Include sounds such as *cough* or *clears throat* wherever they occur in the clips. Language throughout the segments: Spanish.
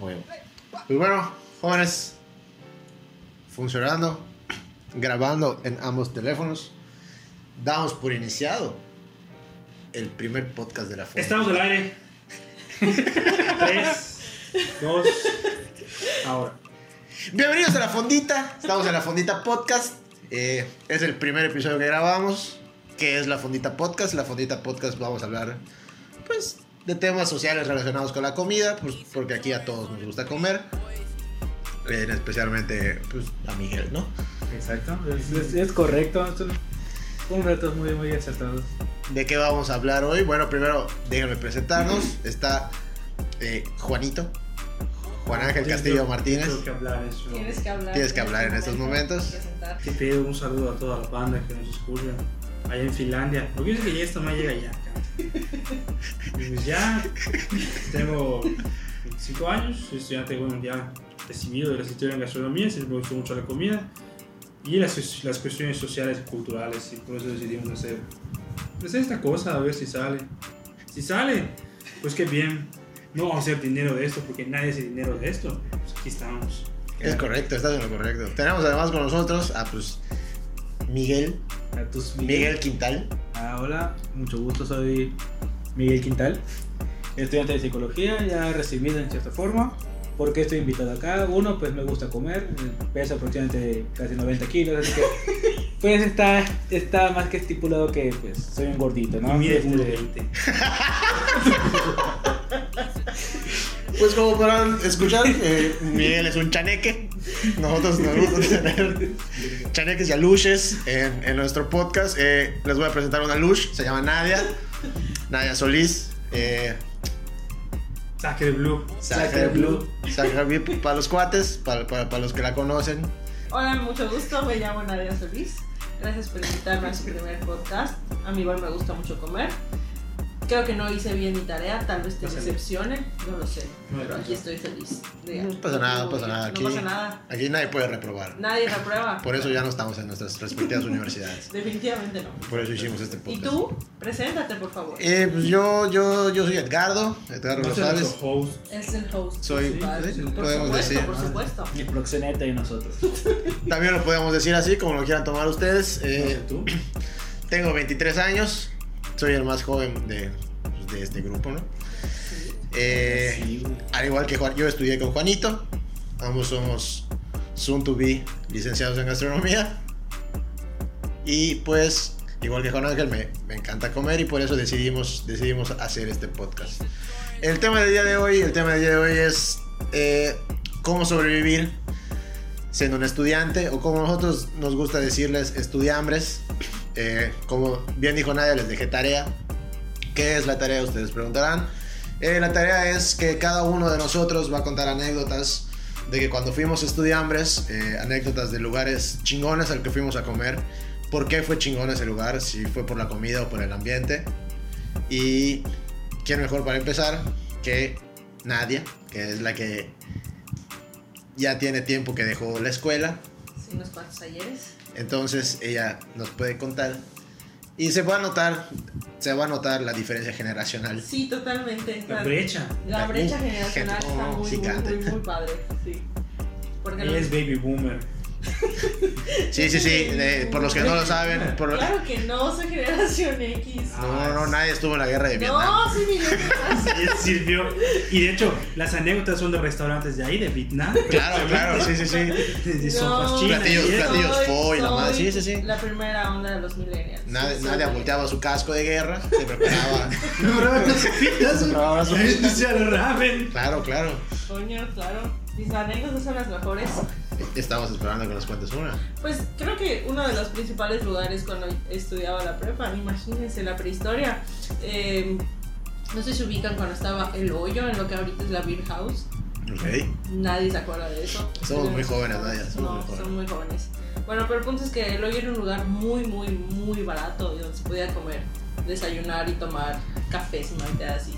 Huevo. Pues bueno, jóvenes, funcionando, grabando en ambos teléfonos, damos por iniciado el primer podcast de la forma. Estamos al *laughs* aire. Tres, dos, ahora. Bienvenidos a La Fondita. Estamos en La Fondita Podcast. Eh, es el primer episodio que grabamos. ¿Qué es La Fondita Podcast? La Fondita Podcast vamos a hablar, pues, de temas sociales relacionados con la comida, pues, porque aquí a todos nos gusta comer. Eh, especialmente, pues, a Miguel, ¿no? Exacto, es, es- es correcto. Son un retos muy, muy acertados. ¿De qué vamos a hablar hoy? Bueno, primero, déjenme presentarnos. Está eh, Juanito, Juan Ángel Castillo Martínez. Tengo que hablar eso. Tienes que hablar. este Tienes que hablar en estos momentos. Presentarte. Te pido un saludo a toda la banda que nos escucha allá en Finlandia. Porque yo sé que ya esto me llega ya. cabrón. Y pues ya tengo 5 años, soy estudiante bueno, ya recibido de la historia en gastronomía, siempre me gustó mucho la comida y las, las cuestiones sociales y culturales. Y por eso decidimos hacer pues, esta cosa, a ver si sale. Si sale, pues qué bien. No vamos a hacer dinero de esto porque nadie hace dinero de esto. Pues aquí estamos. Es correcto, estás en lo correcto. Tenemos además con nosotros a, pues, Miguel. A tus Miguel Quintal. Ah, hola, mucho gusto, soy Miguel Quintal, estudiante de psicología, ya recibido en cierta forma. ¿Por qué estoy invitado acá? Uno, pues me gusta comer, peso aproximadamente casi 90 kilos, así que pues está, está más que estipulado que pues soy un gordito, ¿no? Mide Este, 1.20. Pues como podrán escuchar, eh, *laughs* Miguel es un chaneque. Nosotros nos gusta tener chaneques y aluches en, en nuestro podcast. Eh, les voy a presentar una alush, se llama Nadia. Nadia Solís. Eh, Sacre Blue. Sacre Blue. Sacre Blue para los cuates, para, para- para los que la conocen. Hola, mucho gusto. Me llamo Nadia Solís. Gracias por invitarme a su primer podcast. A mí igual me gusta mucho comer. Creo que no hice bien mi tarea, tal vez te No sé. decepcione, no lo sé. No, Pero no, aquí no. estoy feliz. de- No pasa nada, no pasa nada. Aquí, No pasa nada. aquí nadie puede reprobar. Nadie reprueba. Por eso ya no estamos en nuestras respectivas universidades. Definitivamente no. Por eso hicimos este ¿Y podcast. tú? Preséntate, por favor. Eh, pues yo, yo, yo soy Edgardo, Edgardo No soy Rosales. nuestro host. Es el host. Soy- ¿eh? principal. sí, sí, por podemos supuesto, decir. por supuesto. El proxeneta y nosotros. También lo podemos decir así, como lo quieran tomar ustedes. No Eh, sé tú. tengo 23 años, soy el más joven de, pues, de este grupo, ¿no? Eh, Sí, güey. Al igual que Juan, yo estudié con Juanito. Ambos somos soon to be licenciados en gastronomía. Y pues, igual que Juan Ángel, me, me encanta comer y por eso decidimos, decidimos hacer este podcast. El tema del día de hoy, el tema del día de hoy es eh, cómo sobrevivir siendo un estudiante o como nosotros nos gusta decirles, estudiambres. Eh, como bien dijo Nadia, les dejé tarea. ¿Qué es la tarea? Ustedes preguntarán. Eh, la tarea es que cada uno de nosotros va a contar anécdotas de que cuando fuimos estudiambres, eh, anécdotas de lugares chingones al que fuimos a comer, por qué fue chingón ese lugar, si fue por la comida o por el ambiente. Y quién mejor para empezar que Nadia, que es la que ya tiene tiempo que dejó la escuela, Sí, unos cuantos ayeres. entonces ella nos puede contar. Y se va a notar, se va a notar la diferencia generacional. Sí, totalmente. La brecha. La brecha Uh, generacional gente, está no, muy, sí muy, canta. muy, muy padre. Sí. Porque Él los- es baby boomer. Sí, sí, sí, eh, por los que no lo saben, por, Claro que no, soy generación X. Ah, No, no, no, nadie estuvo en la guerra de Vietnam. no, soy millennial. Sí, sirvió. Y de hecho, las anécdotas son de restaurantes de ahí, de Vietnam. Claro, claro, sí, sí, *laughs* sí. De, de sopas No. chinas. Platillos, y eso. platillos. Soy- fo y la soy madre, sí, sí, sí. La primera onda de los millennials. Nadie, Sí, nadie soy- volteaba su casco de guerra, se preparaba. *laughs* *laughs* Industrial ramen. Claro, claro. Coño, claro. Mis anécdotas son las mejores. Estamos esperando que nos cuentes una. Pues creo que uno de los principales lugares cuando estudiaba la prepa, imagínense la prehistoria. eh, no sé si ubican cuando estaba el hoyo en lo que ahorita es la Beer House. Ok. Nadie se acuerda de eso. Somos muy jóvenes, no, Nadia, somos muy No, jóvenes. son muy jóvenes. Bueno, pero el punto es que el hoyo era un lugar muy, muy, muy barato y donde se podía comer, desayunar y tomar cafés y malteadas y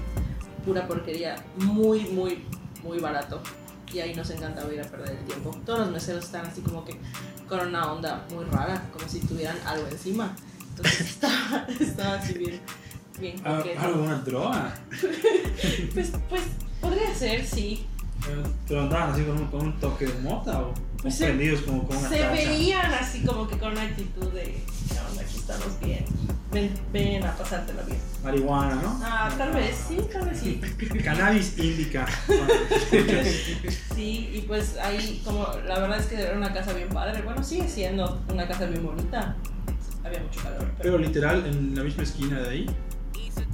pura porquería. Muy, muy, muy barato. Y ahí nos encantaba ir a perder el tiempo. Todos los meseros están así como que con una onda muy rara, como si tuvieran algo encima. Entonces *laughs* estaba, estaba así bien, bien Ah, coqueto. ah, una droga. Pues, pues podría ser, sí. Pero andaban así con un, con un toque de mota o Pues se- prendidos como con una Se tacha. veían así como que con actitud de, no, aquí estamos bien. Ven, ven a pasártela bien. Marihuana, ¿no? Ah, tal vez sí, tal vez sí. *laughs* Cannabis indica. Escuchas. Sí, y pues ahí, como la verdad es que era una casa bien padre. Bueno, sigue siendo una casa bien bonita. Había mucho calor. Pero literal, en la misma esquina de ahí.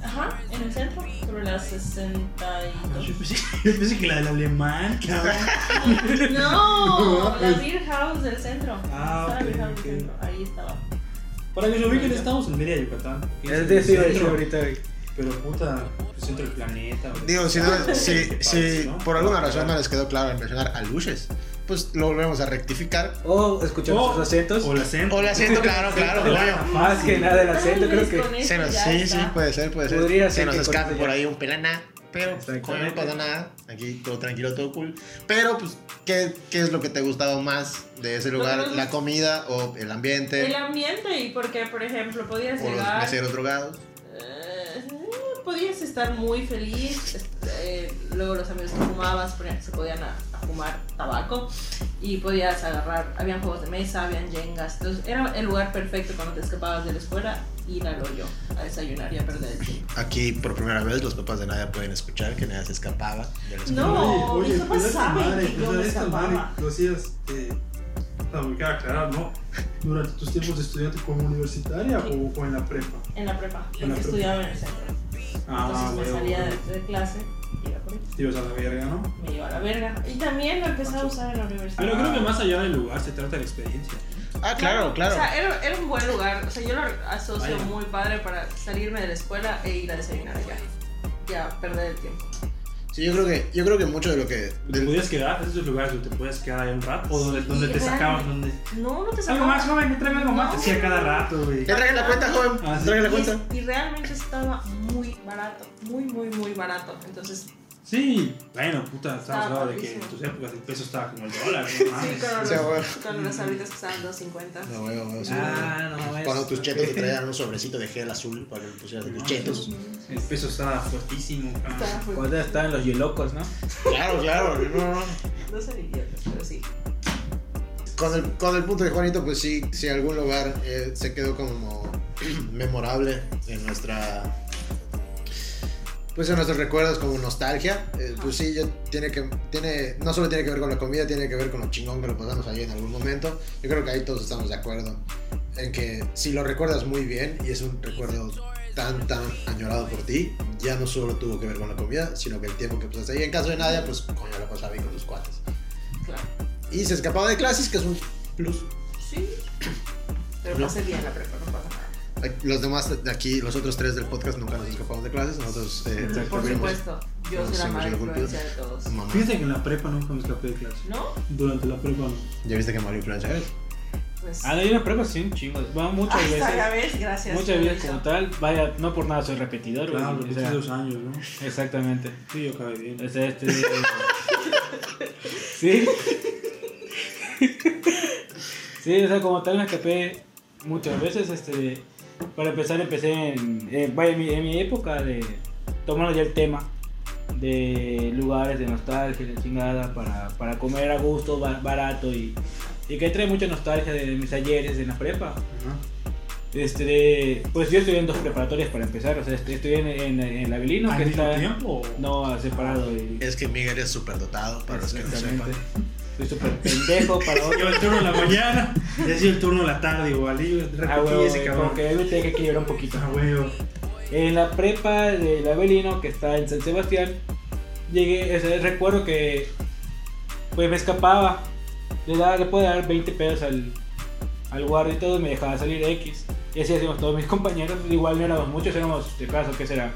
Ajá, en el centro, sobre las 62. *laughs* Yo pensé, yo pensé que la del alemán, cabrón. No, la Beer House del centro. Ah, Estaba la ok, Beer House del ok. centro, ahí estaba. Para que se ubiquen, estamos en Mérida, Yucatán. Es decir, El hecho centro, ahorita. güey. Pero puta, el centro del planeta. güey. Digo, si, *laughs* no- si- Partes, si ¿no? por alguna razón no les quedó claro al mencionar aluches, pues lo volvemos a rectificar. O escuchamos O- los acentos. O la centro. O le acento, *laughs* claro, claro, coño. Más que nada el acento, Ay, creo Luis, con que. eso Se nos- ya sí, está. sí, puede ser, puede ser. Podría se ser nos que con escape eso por ya. ahí un pelana, pero Exactamente. coño, no pasa nada. Aquí todo tranquilo, todo cool. Pero, pues, ¿qué, qué es lo que te gustaba más de ese lugar? Ujú. ¿La comida o el ambiente? El ambiente, y porque, por ejemplo, podías ¿O los llegar. meseros drogados? eh, podías estar muy feliz. este, eh, luego los amigos que fumabas por ejemplo, se podían a, a fumar tabaco y podías agarrar. Habían juegos de mesa, habían yengas. Entonces, era el lugar perfecto cuando te escapabas de la escuela ir al hoyo a desayunar y a perder el tiempo. Aquí, por primera vez, los papás de Nadia pueden escuchar que Nadia se escapaba. de la escuela. No, Oye, oye, mis papás pero esta saben madre, que pero yo me esta escapaba. madre, Lo hacías, este, no, me queda aclarar, ¿no? Durante tus tiempos de estudiante como universitaria o, o en la prepa. En la prepa, En la prepa. porque Ah, estudiaba en el centro. Entonces me güey, Ah, salía güey. de, de clase, iba por ahí, Te ibas pues, a la verga, ¿no? me iba a la verga. Y también lo empecé a usar en la Ah, universidad. Pero Ah, creo que más allá del lugar se trata de la experiencia. Ah, claro, claro. O sea, era, era un buen lugar. O sea, yo lo asocio Vaya. muy padre para salirme de la escuela e ir a desayunar allá. Ya, perder el tiempo. Sí, yo creo que, yo creo que mucho de lo que. Te del- podías quedar, esos lugares donde te podías quedar ahí un rato. O donde, Sí, donde te sacaban, donde. No, no te Algo sacaba. más, joven, me traigo algo más. No. Hacía cada rato, güey. Ya traje la cuenta, joven. Ah, sí. Traje la Y, cuenta. es- y realmente estaba muy barato. Muy, muy, muy barato. Entonces, Sí, bueno, puta, estamos Estaba hablando de que en padrísimo. tus épocas el peso estaba como el dólar, no sí, mames. con, O sea, los, bueno. con los ahorita que estaban 2.50. No, huevo, huevo, sí, Ah, no, huevo. es- Cuando tus chetos te traían un sobrecito de gel azul para que le pusieras en tus chetos. El peso estaba fuertísimo. ah. Estaba *laughs* full. Cuando estaban los yelocos, ¿no? Claro, claro. No, no. No son idiotas, pero sí. Con el, con el punto de Juanito, pues sí, si algún lugar eh, se quedó como *clears throat* memorable en nuestra. Pues en nuestros recuerdos como nostalgia, eh, pues sí, yo- tiene que, tiene, no solo tiene que ver con la comida, tiene que ver con lo chingón que lo pasamos ahí en algún momento. Yo creo que ahí todos estamos de acuerdo en que si lo recuerdas muy bien y es un recuerdo tan, tan añorado por ti, ya no solo tuvo que ver con la comida, sino que el tiempo que pasaste ahí. En caso de Nadia, pues coño, lo pasaba ahí con tus cuates. Claro. Y se escapaba de clases, que es un plus. Sí. Pero No. pasé bien la prepa, no pasa nada. Los demás de aquí, los otros tres del podcast, nunca nos escapamos de clases. Nosotros eh, Exacto, Por fuimos supuesto, yo soy la Siempre mala soy culpable. influencia de todos. mamá. Fíjate que en la prepa nunca me escapé de clase. ¿No? Durante la prepa no. Ya viste que mala influencia eres. Pues. Ah, no, yo en la prepa sí, un chingo. Va muchas Hasta la veces. vez, gracias. Muchas veces Luisa. como tal. Vaya, no por nada soy repetidor. güey. Claro, O repetí sea, dos años, ¿no? exactamente. Sí, yo acabé bien. O sea, este. *laughs* sí. sí, o sea, como tal me escapé muchas veces. Este, para empezar, empecé en. en- vaya, en mi, en mi época de. Tomando ya el tema de lugares de nostalgia, de chingada, para, para comer a gusto, ba- barato y, y que trae mucha nostalgia de mis ayeres en la prepa. Ajá. Este, pues yo estudié en dos preparatorias para empezar, o sea, est- estudié en, en, en la Belino, ¿Al que mismo está tiempo? no separado y Es que Miguel es súper dotado, para los que no Exactamente. sepan. Soy súper pendejo *laughs* para Yo otro. el turno en la mañana, y así el turno en la tarde igual. Y yo repetí Ah, huevo, ese cabrón. porque ahí me tenía que equilibrar un poquito. Ah, huevo. En la prepa de la Belino, que está en San Sebastián, llegué, o sea, recuerdo que pues me escapaba. Le, daba, le podía dar 20 pesos al, al guardia y todo, y me dejaba salir X. Y así hacíamos todos mis *laughs* compañeros. Igual no éramos muchos, éramos, de caso, que será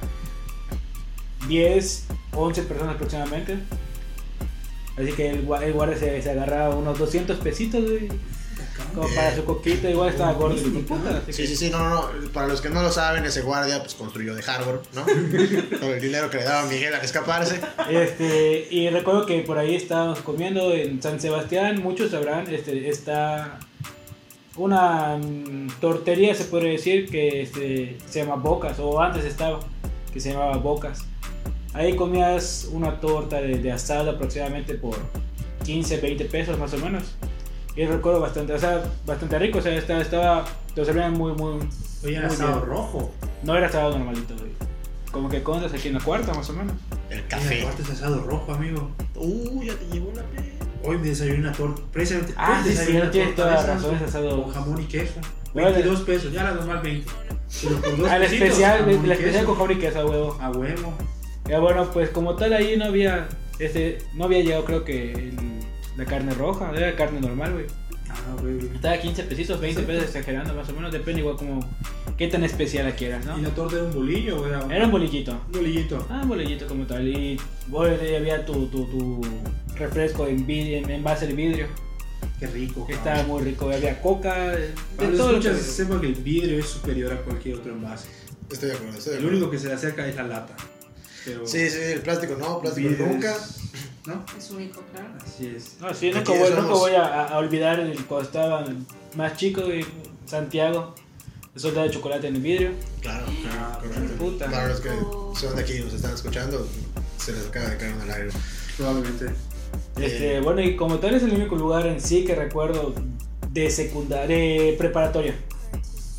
10, 11 personas aproximadamente. Así que el, gua- el guardia se, se agarraba unos 200 pesitos, güey, como para su coquita. Igual estaba gordo el hijo de puta, así Sí, que- sí, sí, no, no, no. Para los que no lo saben, ese guardia pues construyó de Harvard, ¿no? Con el dinero que le daba Miguel al escaparse. Este, y recuerdo que por ahí estábamos comiendo en San Sebastián, muchos sabrán, este, está una mm, tortería, se podría decir, que este, se llama Bocas, o antes estaba, que se llamaba Bocas. Ahí comías una torta de, de asado aproximadamente por 15, 20 pesos más o menos. Y recuerdo bastante, o sea, bastante rico, o sea, estaba, estaba te servían muy, muy... Oye, era muy asado bien. rojo. No era asado normalito, güey. Como que contas aquí en la cuarta más o menos. El Y café. aparte es asado rojo, amigo. Uh, ya te llegó la pe. Hoy me desayuné una torta. Precisamente. Ah, hoy sí, desayuné sí, una tienes torta toda de la esas razón, es asado. Con jamón y queso. Bueno. 22 pesos, ya la normal 20. Pero por *laughs* dos Al pesitos, especial, jamón y el especial Ah, queso. con jamón y queso, huevo. A huevo. Ya bueno, pues como tal ahí no había, este, no había llegado creo que el- la carne roja, era carne normal, güey. Ah, güey. Estaba 15 pesitos, 20 Sí. pesos exagerando más o menos, depende igual como qué tan especial la quieras, ¿no? Y la torta era un bolillo, güey. ah, Era un bolillito. un bolillito. Ah, un bolillito como tal. Y vos había tu, tu, tu refresco en, vid- en envase de vidrio. Qué rico. ¿Ah? que cabrón. Estaba muy rico, había coca, de Cuando todo lo que escuchas, sepa que el vidrio es superior a cualquier otro envase. Estoy de acuerdo, estoy de El acuerdo. único que se le acerca es la lata. Pero Sí, sí, el plástico no, el plástico vidrio nunca. es- ¿No? Es único, claro. Así es. No, sí, nunca Aquí voy, somos- nunca voy a, a olvidar el, cuando estaba más chico y Santiago, el soldado de chocolate en el vidrio. Claro, Ah, claro, correcto. puta. Para los que son de aquí y nos están escuchando, se les acaba de caer una lágrima. Probablemente. Este, Eh. bueno, y como tal es el único lugar en sí que recuerdo de secundaria, de preparatoria.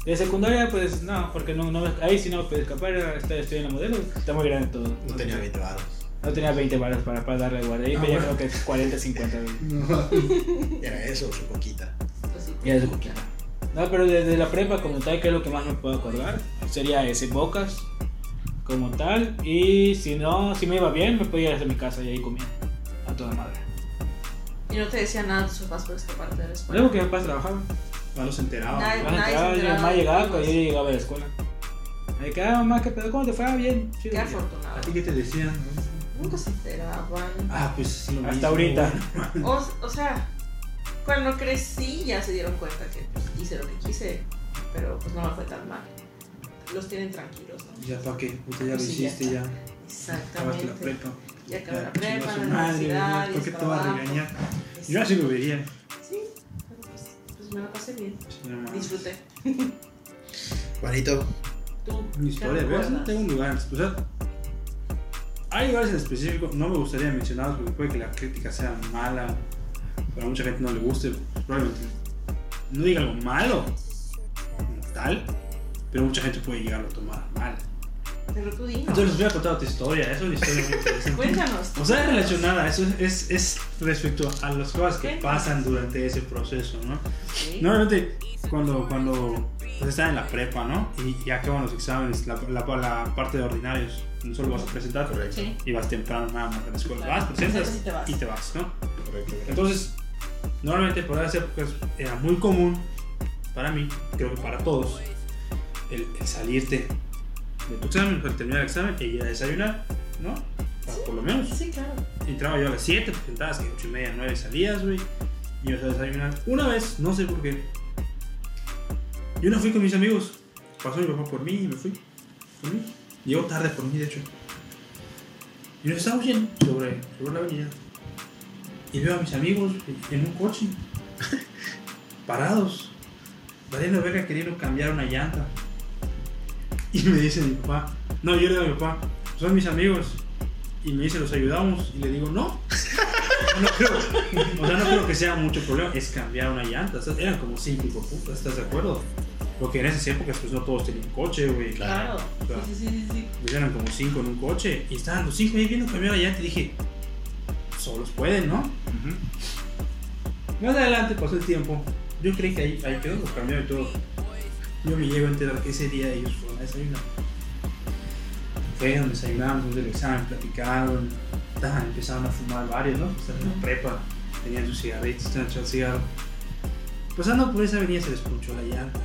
De secundaria, pues no, porque no, no- ahí si no, pues capaz era- está- estoy en la modelo, está muy grande todo. No tenía 20 baros. No tenía 20 balas para, para darle guardia, ahí Ah, pedía bueno. creo que 40, 50. güey. No. Era eso, su coquita. Pues sí. Ya es poquito. No, pero desde la prepa como tal, que es lo que más me puedo acordar, sería ese Bocas como tal. Y si no, si me iba bien, me podía ir hasta mi casa y ahí comía a toda madre. Y no te decía nada a tus papás por escaparte de la escuela. Luego que mis papás trabajaban, No los enteraba. mis Ay. papás Nadie se entraban, mi enteraba mamá de llegaba tus cuando yo llegaba de la escuela. Me quedaba, mamá, ¿qué pedo? ¿Cómo te fue? Ah, bien, chido. Qué Ya. afortunado. ¿A ti qué te decían? Nunca se enteraban. Ah, pues es lo Hasta mismo. ahorita. O, o sea, cuando crecí ya se dieron cuenta que pues, hice lo que quise, pero pues no me fue tan mal. Los tienen tranquilos, ¿no? Ya pa' qué, puta, ya lo Sí, ya hiciste está. ya. Acabaste la Exactamente. prepa. Ya acabé la Ya, chingó prepa, a su la madre, universidad, ¿no? y ¿Por el qué te vas a trabajo. regañar? Yo así lo vería. Sí, pero pues, pues me la pasé bien. Sí, no mames. Disfruté. Juanito, Tú. Mi historia, ¿ves? ¿qué recuerdas? No tengo un lugar. pues, O sea, hay lugares en específico, no me gustaría mencionarlos porque puede que la crítica sea mala, pero a mucha gente no le guste, probablemente. No diga algo malo, como tal, pero mucha gente puede llegarlo a tomar mal. Pero tú dinos. Entonces les voy a contar otra historia, es una historia muy interesante. Cuéntanos. O sea, es relacionada, eso es, es, es respecto a las cosas que pasan durante ese proceso, ¿no? Sí. Normalmente cuando, cuando pues, estás en la prepa, ¿no? Y ya acaban los exámenes, la, la, la parte de ordinarios, no solo vas a presentar correcto, Sí. y vas temprano nada más a la escuela. Claro. Vas, presentas Y te vas. y te vas, ¿no? correcto. correcto. Entonces, normalmente por esas épocas era muy común para mí, creo que para todos, el, el salirte de tu examen, para terminar el examen e ir a desayunar, ¿no? Para- por lo menos Sí, claro. entraba yo a las 7, pues entrabas que 8 y media, 9 salías, güey. Y ibas a desayunar. Una vez, no sé por qué. Yo no fui con mis amigos. Pasó mi papá por mí y me fui. Por mí. Llegó tarde por mí, de hecho. Y nos estábamos yendo sobre, sobre la avenida. Y veo a mis amigos en un coche. *laughs* parados. Valiendo verga queriendo cambiar una llanta. Y me dice mi papá. No, yo le digo a mi papá. Son mis amigos. Y me dice, los ayudamos. Y le digo, no. *laughs* No creo, o sea, no creo que sea mucho problema. Es cambiar una llanta. O sea, eran como cinco hijo putas, ¿estás de acuerdo? Porque en esas épocas, pues no todos tenían coche, güey. Claro. Claro. Sí, sí, sí, sí. Pues eran como cinco en un coche. Y estaban los cinco ahí viendo cambiar la llanta. Y dije, solos pueden, ¿no? Más adelante pasó el tiempo. Yo creí que ahí, ahí quedó, lo cambiaron y todo. Yo me llego a enterar que ese día ellos fueron a desayunar. Fueron, desayunaron después del examen, platicaron. Estaban, empezaron a fumar varios, ¿no? Estaban en la prepa, tenían sus cigarritos, estaban echando cigarro. Pasando por esa avenida se les ponchó la llanta.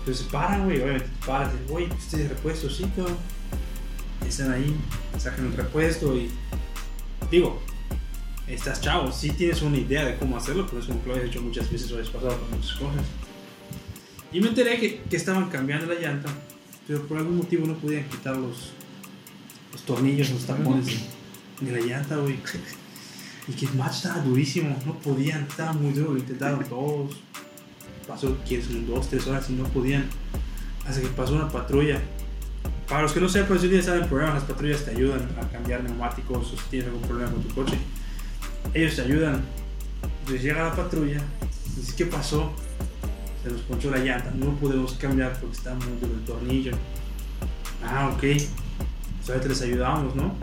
Entonces paran, güey, obviamente paran. Dicen, Güey, este es repuesto, sí, cabrón. Están ahí, sacan un repuesto y. Digo, estás chavo, sí tienes una idea de cómo hacerlo, pero es como que lo habías hecho muchas veces o has pasado por muchas cosas. Y me enteré que, que estaban cambiando la llanta, pero por algún motivo no podían quitar los, los tornillos, los tapones de, de la llanta, güey. *laughs* Y que el match estaba durísimo, no podían, estaba muy duro, lo intentaron todos. Pasó, quieres, un, dos, tres horas y no podían. Hasta que pasó una patrulla Para los que no sepan, si un día sale el problema, las patrullas te ayudan a cambiar neumáticos o si tienes algún problema con tu coche. Ellos te ayudan. Entonces llega la patrulla, dice, ¿qué pasó? Se nos ponchó la llanta, no pudimos cambiar porque está muy duro el tornillo. Ah, ok. Pues ahorita les ayudamos, ¿no?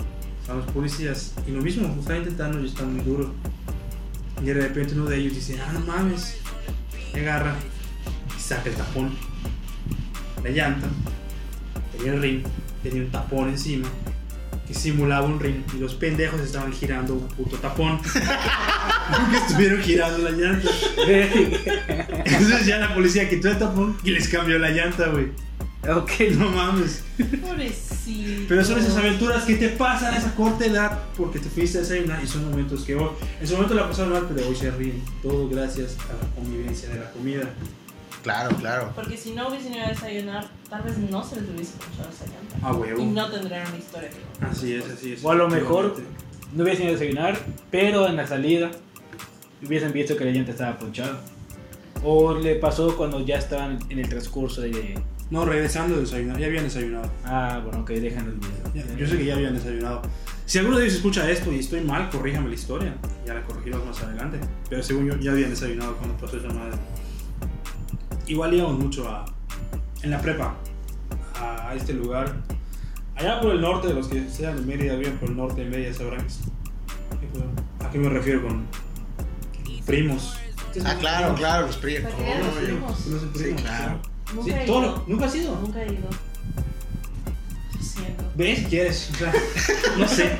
A los policías. Y lo mismo, lo están intentando y están muy duros. Y de repente uno de ellos dice, ah, no mames. Y agarra y saca el tapón. La llanta tenía el ring, tenía un tapón encima que simulaba un ring y los pendejos estaban girando un puto tapón. Porque estuvieron girando la llanta. Entonces ya la policía quitó el tapón y les cambió la llanta, güey. *laughs* ok, No mames. Pobrecito. Pero son esas aventuras que te pasan a esa corta edad porque te fuiste a desayunar y son momentos que hoy, en su momento la pasaron mal, pero hoy se ríen. Todo gracias a la convivencia de la comida. Claro, claro. Porque si no hubiesen ido a desayunar, tal vez no se les hubiese escuchado esa llanta. A Y huevo. no tendrían una historia. que contar. Así es, así es. O a lo mejor- no hubiesen ido a desayunar, pero en la salida hubiesen visto que la llanta estaba ponchada. O le pasó cuando ya estaban en el transcurso de... No, regresando de desayunar, ya habían desayunado. Ah, bueno, ok, déjenlo Ya, olvidar. Yo sé que ya habían desayunado. Si alguno de ellos escucha esto y estoy mal, corríjame la historia. Ya la corregimos más adelante. Pero según yo, ya habían desayunado cuando pasó esa madre. Igual íbamos mucho a, en la prepa a este lugar. Allá por el norte, los que sean de Mérida, bien por el norte de Mérida sabrán que- a qué me refiero con primos. Ah, claro, claro, los primos. Porque eran los obvio. primos. Conocen primos, Sí, claro. Sí, Nunca he todo ido. lo- ¿Nunca has ido? Nunca he ido. Lo siento. ¿Ves? si ¿Quieres? O sea, no sé.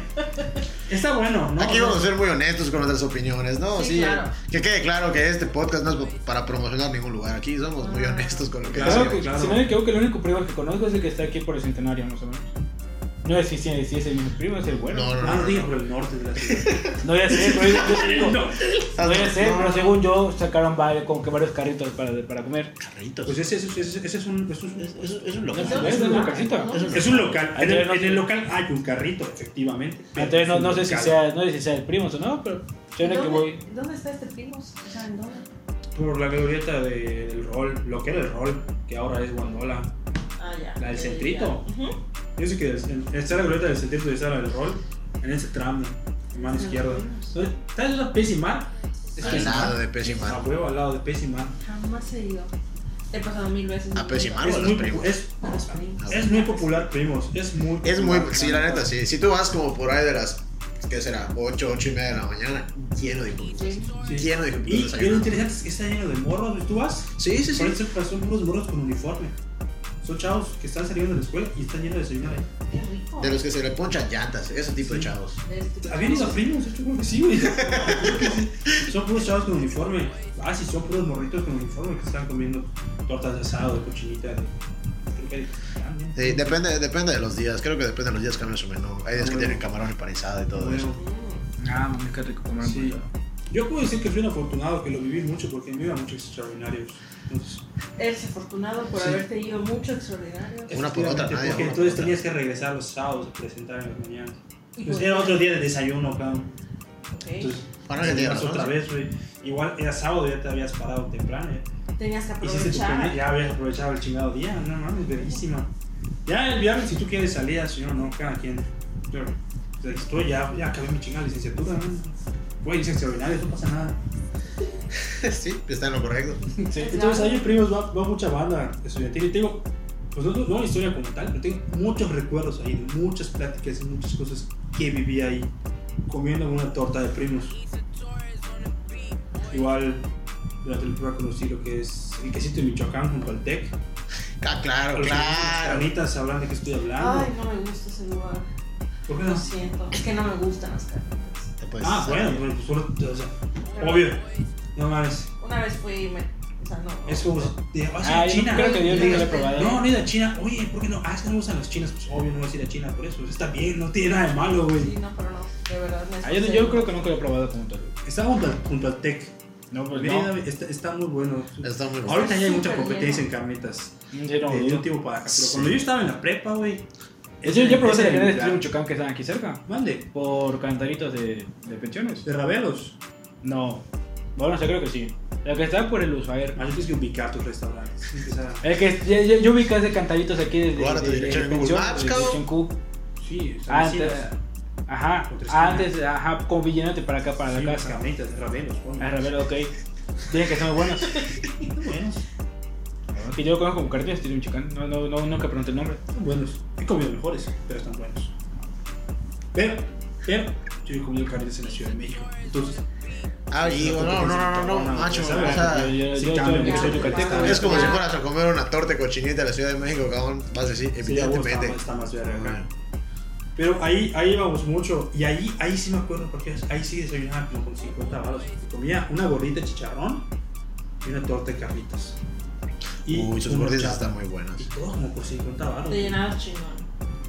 Está bueno, ¿no? Aquí vamos a ser muy honestos con nuestras opiniones, ¿no? Sí, claro. Que quede claro que este podcast no es para promocionar ningún lugar. Aquí somos muy Ah. honestos con lo que Claro Claro, decimos. que, claro. Si no me equivoco, el único primo que conozco es el que está aquí por el centenario, más o menos. No es si, si- si es el mismo primo, es el bueno. No, no, no. Ah, no no. dije por el norte de la ciudad. No ya sé, pero yo- *laughs* yo digo, No. no ya sé, No, pero no. según yo sacaron varios, como que varios carritos para, para comer. Carritos. Pues ese, ese- ese- ese es un. Pues Es un, Es, es- es un No, local. no, es una casita. No, Es un- es un local. En el, Entonces, en el local hay un carrito, efectivamente. pero Entonces no, es un no sé si local. sea, no sé si sea el primo o no, pero yo creo que voy. ¿Dónde- ¿Dónde está este primos? O sea, ¿en dónde? Por la glorieta de- del rol, lo que era el rol, que ahora es Guandola. Ah, ya. ¿La del Ya, centrito? ya. Ujú. Yo sé que es- en- está la glorieta del centrito y está la del rol, en ese tramo, en mano izquierda. Entonces, ¿Está en la Pesimar? Es Al lado de A Pesimar. huevo, al lado de Pesimar. Jamás he ido. He pasado mil veces. A Pesimar. Ah, Es bueno, muy, los primos. es, Primos. es muy popular, primos. Es muy Es muy. popular, Sí, la neta, sí. Si tú vas como por ahí de las. ¿Qué será? 8, 8 y media de la mañana. Lleno de hipoputas. Sí. Sí. Lleno de Y hipoputas. ahí. lo interesante es que está lleno de morros. ¿Y ¿Tú vas? Sí, sí, Por sí. eso son puros morros con uniforme. Son chavos que están saliendo de la escuela y están llenos de desayunar ahí. Qué rico. De los que se le ponchan llantas. Ese tipo de Sí. chavos. Este- ¿Habían ido a primos? Yo creo que sí, güey. *laughs* Yo creo que sí. Son puros chavos con uniforme. Ah, sí, son puros morritos con uniforme que están comiendo tortas de asado, de cochinita, de... creo que de- ah, no. Sí, depende, depende de los días. Creo que depende de los días cambian su menú. Hay días que Bueno. tienen camarón empanizado y todo eso. Bueno, Mm. Ah, mami, qué rico comer. Sí. Yo puedo decir que fui un afortunado, que lo viví mucho porque me iba a muchos extraordinarios. Entonces, Eres afortunado por Sí. haberte ido mucho extraordinario. Una por otra, nadie Porque por entonces otra. tenías que regresar los sábados a presentar en las mañanas. Y Pues por- era otro día de desayuno, cabrón. Ok. Entonces, Ahora que tenías tienes otra *laughs* razón, vez, güey. Igual era sábado, ya te habías parado temprano. ya. Tenías que Hiciste tu primer- aprovechar. ya habías aprovechado el chingado día. No mames, verguísima. Ya el viernes, si tú quieres salir, si no, no, cada quien. Yo, o sea, estoy ya, ya acabé mi chingada licenciatura, ¿no? Güey, es extraordinario, no pasa nada. sí, está en lo correcto. Entonces ahí en primos va, va mucha banda estudiantil y tengo, pues no, no una historia como tal, pero tengo muchos recuerdos ahí, de muchas pláticas y muchas cosas que viví ahí, comiendo una torta de primos. Igual durante el programa conocí lo que es el quesito de Michoacán junto al TEC. Ah, claro, Las claro. carnitas sabrán de qué estoy hablando. Ay, no me gusta ese lugar. ¿Por qué no? Lo siento. Es que no me gustan las carnitas. Te puedes ah, salir. bueno, bueno, pues solo, o sea, obvio, no mames. Una vez fui y me. O sea, no. Es como si te vas a Ah, yo China. creo que yo güey, ni lo he probado. No, no ir a China. Oye, ¿por qué no? Ah, es que no me gustan los chinos. Pues obvio, no vas a ir a China por eso. Está bien, no tiene nada de malo, güey. Sí, no, pero no. De verdad. me Ah, yo, esforcé. yo creo que nunca lo he probado como tal. Está junto al, junto al Tec. No, pues Mérida, no. güey, está, está muy bueno. Está muy bueno. Ahorita ya hay mucha Súper competencia lleno. en carnitas. eh, Sí, no, de yo- un tipo para acá. Pero Sí. cuando yo estaba en la prepa, güey. Yo, yo probé las ese era mi carreras de plan. Tribu Chocán que están aquí cerca. Mande, Por cantaritos de, de pensiones. de Rabelos. No. Bueno, yo creo que sí. La que está por el Usfair. Más Ah, tienes que ubicar tus restaurantes. O sea, El que yo, yo, yo ubicas de cantaditos aquí desde Guarda tu desde- dirección en desde Google Pensión, Maps, desde cabrón. Pensión Q. sí, o sea, Antes. sí, Ajá. Otra esquina. Antes, ajá, convillándote para acá, para sí, la casa. Ah, herramientas, herramientas, bueno. A Ravelo, ok. Tienen que ser muy *laughs* buenos. Buenos. Que yo lo conozco como cartillas, tiene un chicán. No, no, no, nunca pregunté el nombre. Están buenos. He comido mejores, pero están buenos. Pero, pero, yo he comido carnes en la Ciudad de México. Entonces, Ah, y no, no, no, no, no, no, macho, Ah, o no, sea, yo yo, sí yo, cambia, yo- yo soy porque yucateco. está- es como si Ah. fueras a comer una torta de cochinita de la Ciudad de México, cabrón, vas a decir, sí, a huevo está, evidentemente. está más verga acá. Pero ahí, ahí íbamos mucho. Y ahí, ahí sí me acuerdo, porque ahí sí desayunaba como con 50 baros. Comía una gordita de chicharrón y una torta de carnitas. Uy, sus unos gorditas chapas. están muy buenas. Y todo como por 50 baros. Te llenabas chingón.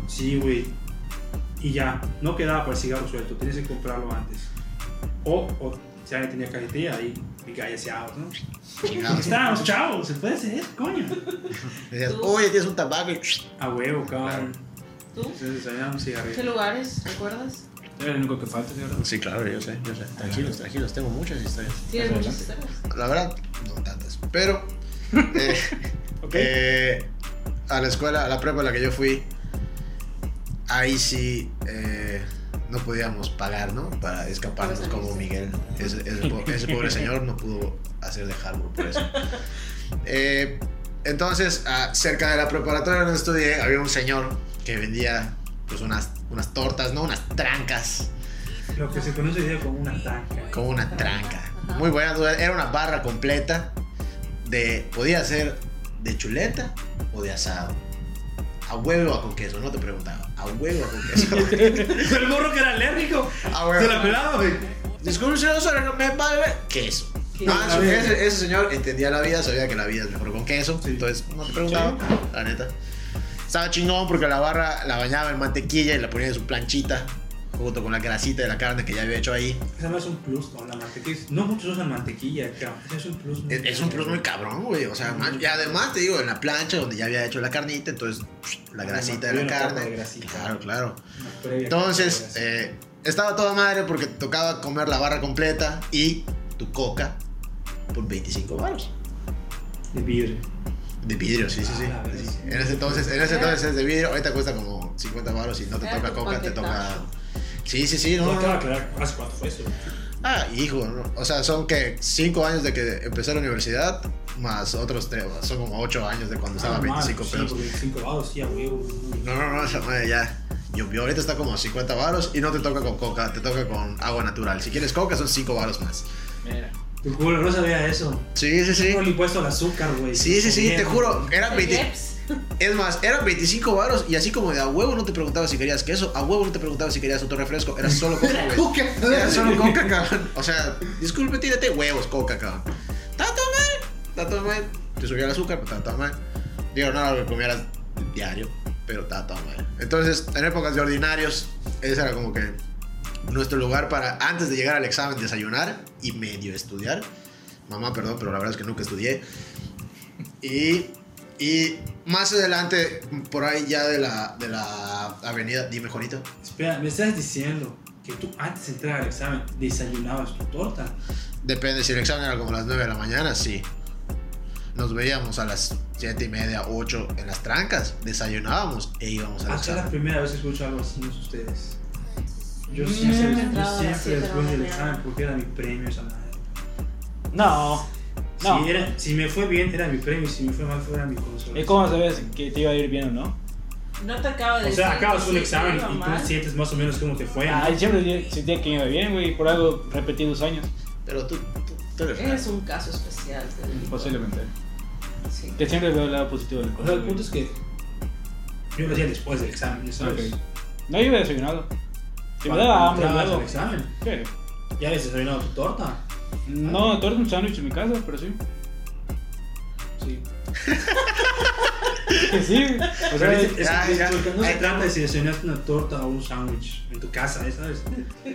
Sí, güey. Y ya, no quedaba para el cigarro suelto, tenías que comprarlo antes. O, o si alguien tenía cajetilla, ahí picayeseados, ¿no? Chingados. Estábamos chavos, se puede ser, coño. Decías, oye, tienes un tabaco y A huevo, cabrón. ¿Tú? Entonces desayunaba un cigarrillo. ¿Qué lugares? ¿Recuerdas? Es lo único que falta, ¿cierto? Sí, claro, yo sé, yo sé. Tranquilos, tranquilos, tengo muchas historias. ¿Tienes Ajá. muchas historias? La verdad, no tantas. Pero eh, Ok. eh, a la escuela, a la prepa a la que yo fui, ahí sí eh, no podíamos pagar, ¿no? Para escaparnos Para como salirse. Miguel. Ese, ese po- ese pobre señor no pudo hacer de Harvard por eso. Eh, entonces, a- cerca de la preparatoria donde estudié, había un señor que vendía pues unas, unas tortas, ¿no? Unas trancas. Lo que se conoce hoy día como una tanca. Como una tranca. Ajá. Muy buena duda. Era una barra completa de. Podía ser de chuleta o de asado. A huevo o con queso, no te preguntaba. A huevo o con *laughs* queso. *laughs* el morro que era alérgico, A se la huevo. pelaba, güey. Disculpe, señor, solo me vale queso. ¿Qué? Ah, A su- ver. ese, ese señor entendía la vida, sabía que la vida es mejor con queso, Sí. entonces no te preguntaba, la neta. Estaba chingón porque la barra la bañaba en mantequilla y la ponía en su planchita, junto con la grasita de la carne que ya había hecho ahí. Esa no es un plus con la mantequilla. No muchos usan mantequilla, cabrón. Ese Es un plus. muy Es, es un plus muy cabrón, güey. O sea, man- y además te digo, en la plancha donde ya había hecho la carnita, entonces psh, la grasita de la Una capa de carne. grasita. Claro, claro. Una previa Entonces, carne, eh, estaba toda madre porque tocaba comer la barra completa y tu coca por 25 baros. de vidrio. De vidrio, sí, sí, sí. Ah, la verga, sí. En ese entonces, en ese entonces es de vidrio, ahorita cuesta como 50 baros y no te Era toca tu coca, te toca. paquetazo. Sí, sí, sí, no, no, No, no. acaba de aclarar, ¿hace cuánto fue eso? Ah, hijo, ¿no? o sea, son que 5 años de que empecé la universidad, más otros 3, son como 8 años de cuando estaba Ah, 25 sí, pesos. por 25 vados, sí, a huevo. No, no, no, esa madre ya llovió. Ahorita está como a 50 varos y no te toca con coca, te toca con agua natural. Si quieres coca, son 5 varos más. Mira. Tu culo no sabía eso. Sí, sí, sí. Tengo el impuesto al azúcar, güey. Sí, sí, sí, te Mierda. juro. Eran ¿De 20, Jeps? es más, eran 25 varos y así como de a huevo no te preguntaba si querías queso, a huevo no te preguntaba si querías otro refresco, era solo coca, güey. Era solo coca, cabrón. O sea, disculpe, tírate huevos, coca, cabrón. Está todo mal, está todo mal. Te subía el azúcar, pero está todo mal. Digo, no, lo que comieras diario, pero está todo mal. Entonces, en épocas de ordinarios, ese era como que nuestro lugar para, antes de llegar al examen, desayunar y medio estudiar. Mamá, perdón, pero la verdad es que nunca estudié. Y, y más adelante, por ahí ya de la, de la avenida, dime, Juanito. Espera, me estás diciendo que tú antes de entrar al examen desayunabas tu torta. Depende, si el examen era como a las 9 de la mañana, sí. Nos veíamos a las 7 y media, 8 en las trancas, desayunábamos e íbamos al Hasta Ah, la examen. primera vez que escucho algo así de ustedes. Yo Mm, siempre, yo entraba a las siempre siete de la después del mañana. examen, porque era mi premio esa madre. No. No. Si, era, si me fue bien, era mi premio. Si me fue mal, fuera mi consuelo. ¿Y cómo sabes que te iba a ir bien o no? No te acabo de O decir. sea, acabas que un sí, examen iba y tú mal. sientes más o menos cómo te fue. ¿no? Ah, siempre yo sentía que me iba bien, güey. Por algo repetí dos años. Pero tú, tú, tú eres Eres un caso especial. te digo. Posiblemente. Sí. Que siempre veo el lado positivo de las O sea, cosas. el punto es que yo lo hacía después del examen, ¿sabes? Ok. No, yo iba desayunado. Si me Cuando daba hambre entrabas luego. al examen, ¿Qué? ya habías desayunado tu torta. No, torta un sándwich en mi casa, pero *laughs* sí. Sí. Que sí. O sea, es, es- ya, es- ya. porque no se Ahí trata de si desayunaste una torta o un sándwich en tu casa, ¿eh? ¿sabes?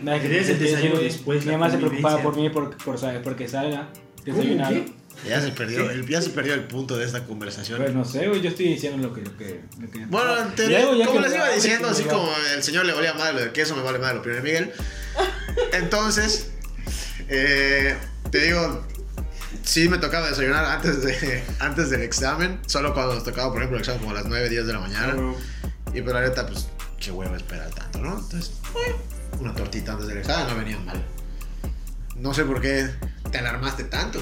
nada, querías el que- desayuno que- después, Mi la mamá se preocupaba por mí convivencia. por, por, sa- porque salga ¿Cómo? desayunado. ¿Qué? Ya se perdió, ¿Qué? el, ya se perdió el punto de esta conversación. Pues no sé, güey. Yo estoy diciendo lo que. Lo que, lo que bueno, te- Luego, ya como que- les iba ah, diciendo, que- así que- como el señor *laughs* le valía madre lo del queso, me vale madre lo primero de Miguel. Entonces, eh, Te digo, sí me tocaba desayunar antes, de, antes del examen, solo cuando nos tocaba, por ejemplo, el examen como a las 9, 10 de la mañana. Y pero la neta, pues, qué huevo esperar tanto, ¿no? Entonces, bueno, una tortita antes del examen no venía mal. No sé por qué te alarmaste tanto.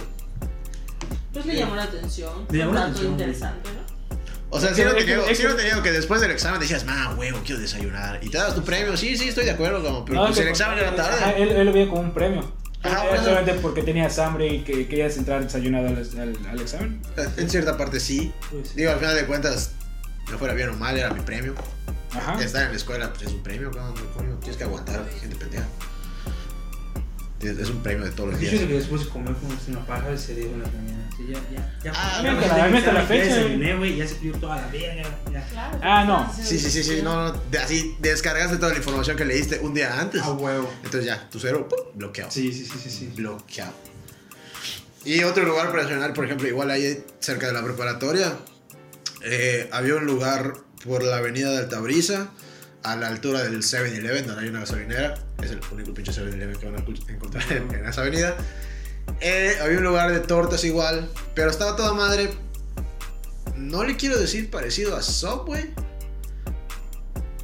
Pues le llamó la atención. Le llamó un la dato atención, güey. interesante, ¿no? O sea, si Es no que- te es que- digo, es sí que- no te digo que después del examen decías, ma, huevo, quiero desayunar. Y te das tu premio, sí, sí, estoy de acuerdo, como, pero No, pues que el examen era porque- ajá, tarde. Él, él lo vio como un premio. Ajá, Era bueno. solamente porque tenías hambre y que querías entrar desayunado al, al- al examen. En cierta parte sí. Pues, Digo, al final de cuentas, no fuera bien o mal, era mi premio. Ajá. Estar en la escuela pues, es un premio, cabrón, coño, tienes que aguantar, gente pendeja. Es es un premio de todos los días. Dicho que después de comer como si una paja de cerebro en la mañana. Sí, ya, ya, ya. Ah, ya, mira, ya, la- ya, mira, hasta la ya fecha. desayuné, güey, ya se pidió toda la verga. ya. Claro. Ah, no. Sí, sí, sí, sí, no, no, de- así descargaste toda la información que leíste un día antes. Ah, A Ah, huevo. Entonces ya, tu cerebro, ¡pum! bloqueado. Sí, sí, sí, sí, sí. Bloqueado. Y otro lugar para desayunar, por ejemplo, igual ahí cerca de la preparatoria, eh, había un lugar por la avenida de Altabrisa, a la altura del 7-Eleven, donde hay una gasolinera. Es el único pinche 7-Eleven que van a cu- encontrar en, en esa avenida. Eh, había un lugar de tortas igual, pero estaba toda madre. No le quiero decir parecido a Subway,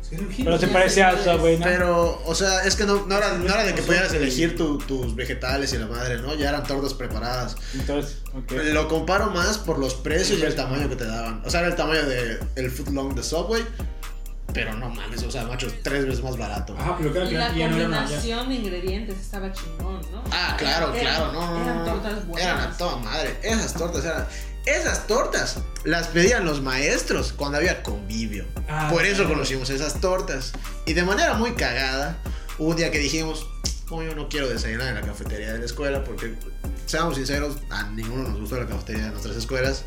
Sí, era un Pero giro. se parecía al Subway, ¿no? Pero, o sea, es que no, no, era, no era de que pudieras elegir tu- tus vegetales y la madre, ¿no? Ya eran tortas preparadas. Entonces, ok. Lo comparo más por los precios pues. y el tamaño que te daban. O sea, era el tamaño del el footlong de Subway, pero no mames, o sea, macho, es tres veces más barato. Ajá, pero creo Y que la ya, ya no era una. Ya. combinación de ingredientes estaba chingón, ¿no? Ah, claro, Eran- claro, no, no, no. Eran tortas no. buenas. Eran a toda madre. Esas tortas eran... Esas tortas las pedían los maestros cuando había convivio. Ah, Por eso claro. conocimos esas tortas. Y de manera muy cagada, hubo un día que dijimos, como yo no quiero desayunar en la cafetería de la escuela, porque, seamos sinceros, a ninguno nos gusta la cafetería de nuestras escuelas.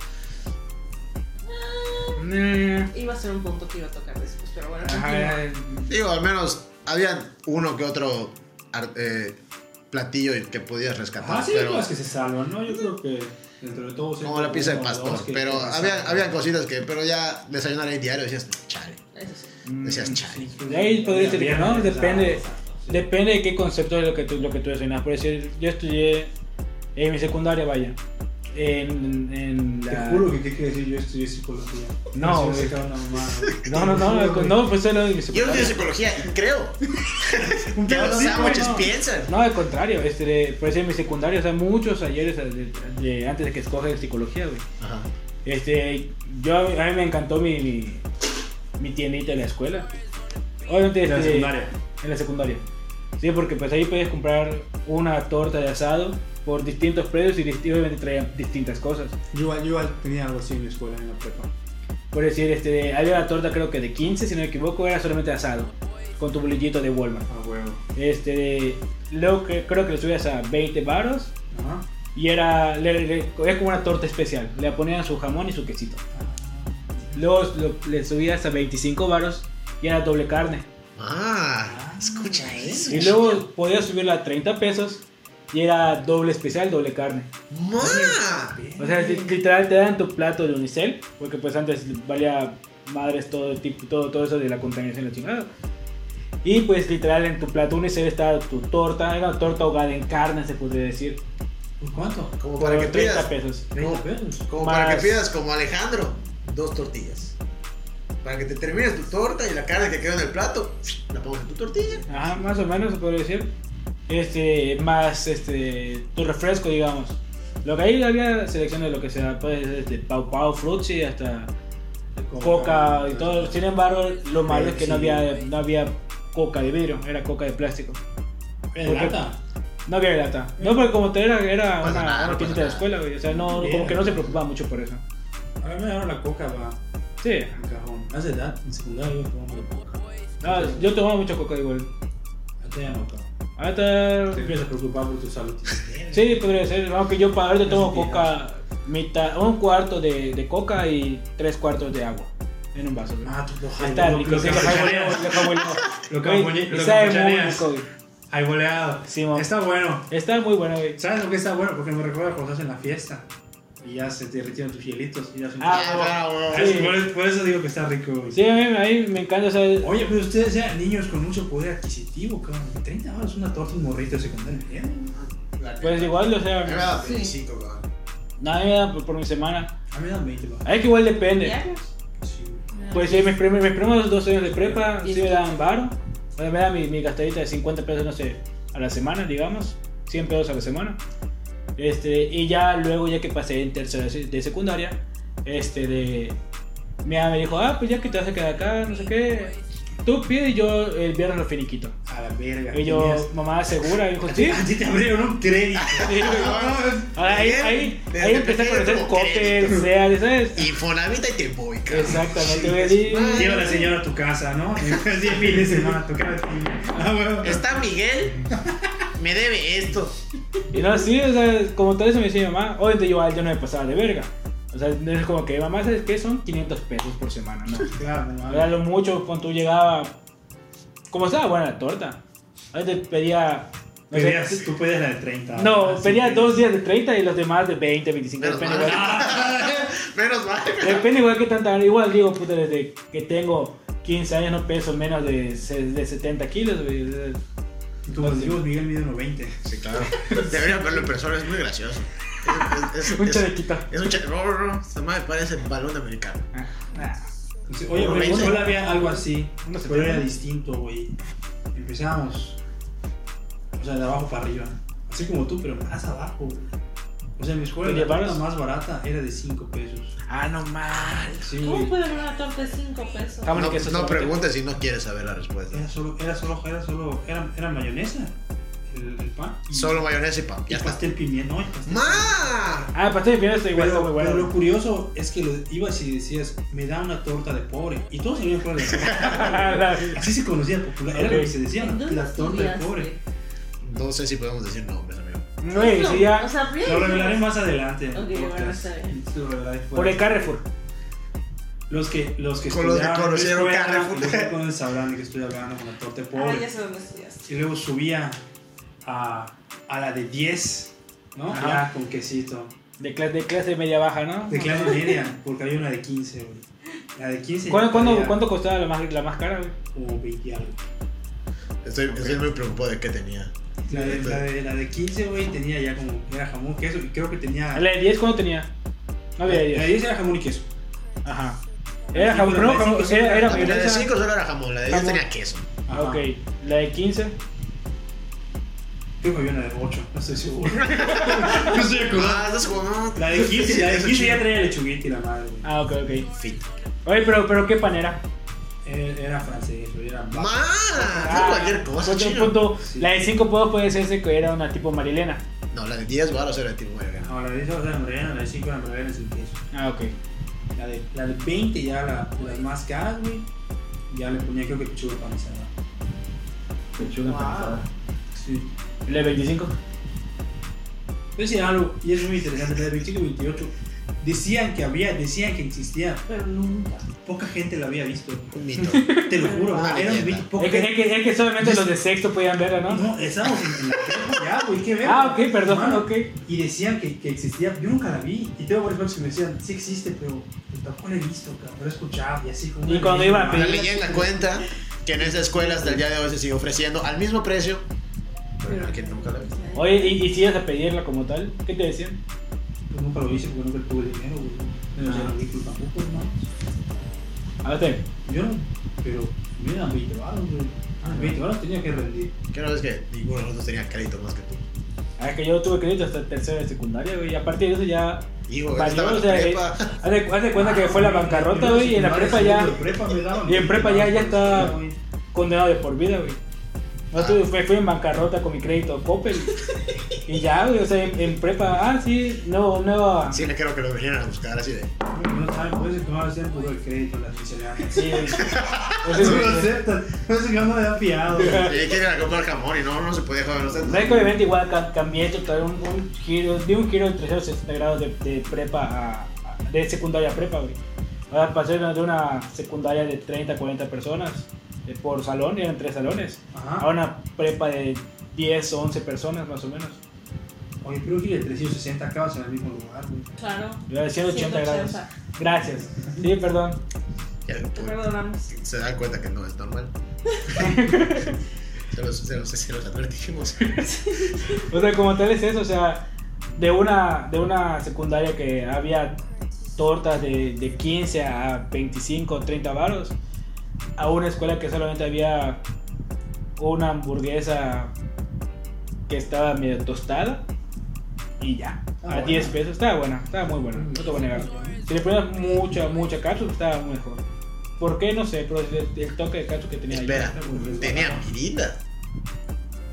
Nah. Iba a ser un punto que iba a tocar después, pero bueno. Ajá, eh, Digo, al menos había uno que otro ar- eh, platillo que podías rescatar. Ah, sí, pero- las que se salvan, ¿no? Yo creo que dentro de todo. siempre como la pizza de hubo uno o pastor. dos que- pero que se había, salvan. había cositas que, pero ya desayunar ahí diario decías, chale. Eso sí. mm, Decías, chale. Sí, De ahí podría decir que no, Había- depende- Sí. Depende de qué concepto es lo que tú, lo que tú desayunas. Por decir, yo estudié en mi secundaria, vaya. En, en Te la... juro que qué quiere decir yo estudié psicología. No, No, güey. sé, una mamada, güey. No, no, *laughs* no, Te no, juro, no, pues solo en mi Yo no secundaria. estudié psicología y creo Un que pedo, los sí, pues, sándwiches no. piensan. No, al contrario, este, por decir, en mi secundaria, o sea, muchos ayeres de- de- antes de que escoge psicología, güey. Ajá. Este, yo, a mí me encantó mi, mi, mi tiendita en la escuela. Obviamente, güey. La este, secundaria. en la secundaria. Sí, porque pues ahí podías comprar una torta de asado por distintos precios y disti- obviamente traían distintas cosas. Yo igual, yo igual tenía algo así en mi escuela, en la prepa. Por decir, este, había una torta creo que de 15, si no me equivoco, era solamente asado, con tu bolillito de Walmart. A huevo. Este, luego que, creo que le subías a 20 baros Ajá. y era, le- le- era como una torta especial, le ponían su jamón y su quesito. Luego lo- le subías a 25 baros y era doble carne. Ah, escucha eso. Y luego podías subirla a 30 pesos y era doble especial, doble carne. ¡Ma! O sea, li- literal te dan tu plato de unicel, porque pues antes valía madres todo tipo, todo, todo eso de la contaminación y la chingada. Y pues literal en tu plato unicel estaba tu torta, era una torta ahogada en carne se puede decir. ¿Por cuánto? Como Por para que 30 pidas. pesos. 30 pesos. Como Más- para que pidas como Alejandro, dos tortillas. Para que te termines tu torta y la carne que quedó en el plato, la pongas en tu tortilla. Ajá, más o menos se puede decir. Este, más este, tu refresco, digamos. Lo que ahí había selección de lo que sea, puede ser desde Pau Pau, Fruitsy hasta coca y todo. Sin embargo, lo malo es que no había, no había coca de vidrio, era coca de plástico. ¿En Porque- eh, lata? No había lata. No, porque como te era, era Pasa una, nada, una no tiendita de pasa nada. escuela, güey. O sea, no, Bien. como que no se preocupaba mucho por eso. A mí me dieron la coca, va. Sí. En cajón. Hace edad, en secundaria yo tomaba la coca. No, yo tomaba mucha coca igual. Ahorita ya no, cabrón. Ahorita. Te empiezas a preocupar por tu salud. Sí, podría ser. Aunque yo para ahorita No tomo sé qué coca, mitad, un cuarto de, de coca y tres cuartos de agua en un vaso. güey. Ah, tú lo Ahí está, lo- rico, lo sí, que lo machaneas. jaiboleo, lo jaiboleo. Lo que Güey, machaneas, lo que Sabe muy machaneas. rico, güey. Jaiboleado. Sí, mo. Está bueno. Está muy bueno, güey. ¿Sabes lo que está bueno? Porque me recuerda cuando estás en la fiesta y ya se te retiran tus hielitos y ya son- Ah, Ah, sí. sí, por, por eso digo que está rico. güey. Sí, a mí, a mí me encanta, o sea, Oye, pero ustedes sean niños con mucho poder adquisitivo, cabrón. 30 horas una torta, un morrito de secundaria. bien. La Pues neta. igual, o A mí me sea, da 25, weón. nada me da por, por mi semana. A mí me dan 20 baros. Es que igual depende. ¿Diarios? Sí, güey. Pues si mis primos, mis primos dos años de prepa sí me daban varo. O sea, me daban mi, mi gastadita de 50 pesos, no sé, a la semana, digamos. 100 pesos a la semana. Este, y ya luego, ya que pasé en tercero de de secundaria, este, de... Mi mamá me dijo, ah, pues ya que te vas a quedar acá, no sé qué. Tú pide y yo el viernes lo finiquito. A la verga. Y yo, tenías- mamá, ¿segura? Y *laughs* dijo, sí. A ti te abrieron un *laughs* crédito. Sí, No, Ahí, bien, ahí, desde ahí empecé a pequeño conocer tuvo cóctel, crédito. sea, ¿sabes? Infonavit y te voy, cabrón. Exactamente, güey. madre. Lleva a la señora a tu casa, ¿no? Es 10 fin de semana, tu cara de fin. Ah, bueno. Está *laughs* Miguel. Me debe esto. Y no, sí, o sea, como tal eso me decía mi mamá, obviamente yo, yo no me pasaba de verga. O sea, no es como que, mamá, ¿sabes qué? Son 500 pesos por semana, *laughs* ¿no? Claro, no Era mames. lo mucho cuando tú llegaba, como estaba buena la torta. A veces pedía, no sé, Pedías- Tú pedías la de 30. no, así pedía que- dos días de 30 y los demás de 20, 25, Menos depende mal. igual. Menos mal. Depende igual que tanta Igual digo, puta, desde que tengo 15 años no peso menos de, se- de 70 kilos, güey. O sea, Tu Dios, Miguel mide 1.20. Sí, claro. Debería verlo en persona, es muy gracioso. Es, es- es- Un es- chalequito. es un chaleco. No, no, no. Esta madre parece balón de americano. Ah, Entonces, Oye, güey, 1.20. yo la había algo así, Uno se pero era toma. distinto, güey. Empezamos, o sea, de abajo para arriba. Así como tú, pero más abajo, güey. O sea, mi escuela ¿Te la torta llevaron? más barata era de 5 pesos. Ah, no mal. Sí, ¿Cómo güey. puede haber una torta de 5 pesos? Jamás. No, Ah, que eso no se- preguntes si no quieres saber la respuesta. Era solo, era solo, era solo, era, era mayonesa, el, el pan. y- Solo mayonesa y pan. y Ya está. pastel pimiento, no, y pastel ¡Ma! Ah, pastel de piernas está igual, está Pero, muy pero lo bueno. curioso es que lo, ibas y decías, me da una torta de pobre. Y todos tenían fuera de *laughs* pobre. La- Así se conocía popular, era Ok. lo que se decía, ¿En dónde la torta de estudiaste? pobre. No sé si podemos decir nombres, amigo. Güey, No, sí, ya. O sea, Lo revelaré más adelante. en el Ok, bueno, podcast. está bien. Lo revelaré fuera. Por el Carrefour. Los que, los que Con los que estudiaron en la conocieron escuela, Carrefour. los que conocen sabrán de que estoy hablando con la torta de Ah, pobre. ya sé dónde estudiaste. y luego subía a, a la de 10, ¿no? Ajá. Ya con quesito. De clase, de clase media baja, ¿no? De clase media, porque había una de 15, güey. La de 15. ¿Cuándo, ya cuándo- valía cuánto costaba la más, la más cara, güey? Como 20 y algo. Estoy, estoy muy preocupado de qué tenía. La de, la de, la de 15, güey, tenía ya como. Era jamón, queso. Y creo que tenía. ¿La de 10 cuándo tenía? No Ah. la había de 10. 10 era jamón y queso. Ajá. Era jamón, pero no, jamón, era, era La de mayonesa. 5 solo era jamón, la de 10 Jamón. tenía queso. Ah, ok. La de 15. Creo que había una de 8, no *laughs* estoy seguro. *laughs* no estoy acordado. Ah, estás jugando. La de 15, la de Eso 15 ya chido. traía lechuguita y la madre, güey. Ah, ok, ok. Fit. Oye, pero, pero ¿qué pan era? Era, era francés, güey, era ¡Ma! vaca. No Ah, cualquier cosa, punto, chino. Ah, punto. Sí. La de 5 puedo puede ser que era una tipo marilena. No, la de 10 baros era tipo marihuana. No, la de 10 era morena, la de 5 era morena sin queso. Ah, ok. La de, la de 20 ya la, las más caras, güey. Ya le ponía creo que pechuga panizada. Pechuga Wow. empanizada. Sí. La de 25. Entonces era algo, y es muy interesante, la de 25 y 28 decían que había, decían que existía. Pero nunca. Poca gente la había visto. Un *laughs* mito. Te lo juro, Ah, era mierda. un bicho, poca Es que, es, gente. que, es que solamente los de sexto podían verla, ¿no? No, estábamos en, en la prepa ya, güey, qué ver. Ah, ok, perdón, Mano, ok. Y decían que, que existía, yo nunca la vi. Y tengo varios amigos que me decían, sí existe, pero tampoco la he visto, cabrón, no la he escuchado. Y así como. Y cuando iba a La pedir- leyenda cuenta que en esa escuela hasta el día de hoy se sigue ofreciendo al mismo precio. Pero que nunca la vi. Oye, ¿y, y si ibas a pedirla como tal? ¿Qué te decían? Pues nunca lo hice porque nunca tuve dinero, güey. No sé, Ah. no vi tú tampoco, hermano. A ver, Yo no, pero me dan 20 baros, güey. Ah, 20 baros tenía que rendir. Que no ves que ninguno de nosotros tenía crédito más que tú. a ver, Ah, que yo tuve crédito hasta tercero de secundaria, güey. Y a partir de eso ya. Hijo, Valió, Pues, estaba en o sea, eh, prepa. *laughs* Haz de, haz de cuenta que fue la bancarrota, güey. Y en la prepa ya. y en prepa ya- ya está- Condenado de por vida, güey. No, tuve- fui, fui en bancarrota con mi crédito Coppel. y ya, güey. O sea, en, en prepa. Ah, sí, ah, nuevo, nueva. Sí, le creo que lo vinieran a buscar así de. No saben, por eso es que no aceptan por el crédito, las *laughs* misceláneas. Sí, güey. *laughs* O sea, No lo güey, aceptan, por eso es que no me dan *laughs* fiado. güey. Y que ir a comprar jamón y no, no se podía joder. No sé. ¿Sabes que obviamente igual ca- cambié total un, un giro, di un giro de 360 grados de, de prepa a, a- de secundaria a prepa, güey. Ahora pasé de una secundaria de 30, 40 personas eh, por salón, eran tres salones, a Ajá. una prepa de 10 o 11 personas más o menos. Oye, pero que de 360 acabas en el mismo lugar, güey. Claro. Yo era 180 grados. 180. Gracias. Sí, perdón. Ya, Te pues, perdonamos. *laughs* se dan cuenta que no es normal. *laughs* Se los, se los, se los *laughs* advertimos. O sea, como tal es eso, o sea, de una, de una secundaria que había tortas de, de 15 a 25, 30 varos, a una escuela que solamente había una hamburguesa que estaba medio tostada y ya. Ah, a bueno. 10 pesos, estaba buena, estaba muy buena, no te voy a negar. Si le ponías mucha, mucha cápsula, estaba muy mejor. ¿Por qué? No sé, pero el, el toque de cápsula que tenía ahí- Espera, tenía mirita.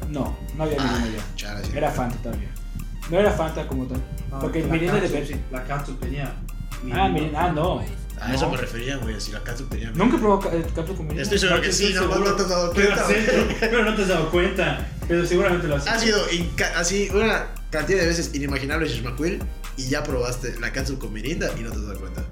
No, no había Ah, ninguna ya. chale, sí. Era Fanta todavía. No era Fanta como tal. No, porque la Mirinda es de Capsule- Pepsi. La Capsule tenía. Ah, miren, ah, no. A eso No. me refería, güey, si la cápsula tenía Nunca probó ca- eh, cápsula con mirinda. Estoy seguro que sí, no, no te has dado Pero, cuenta. sí, *laughs* pero no te has dado cuenta. Pero seguramente lo has Ha hecho. sido inca- así una cantidad de veces inimaginable Shishmaquil y ya probaste la cápsula con mirinda y no te has dado cuenta.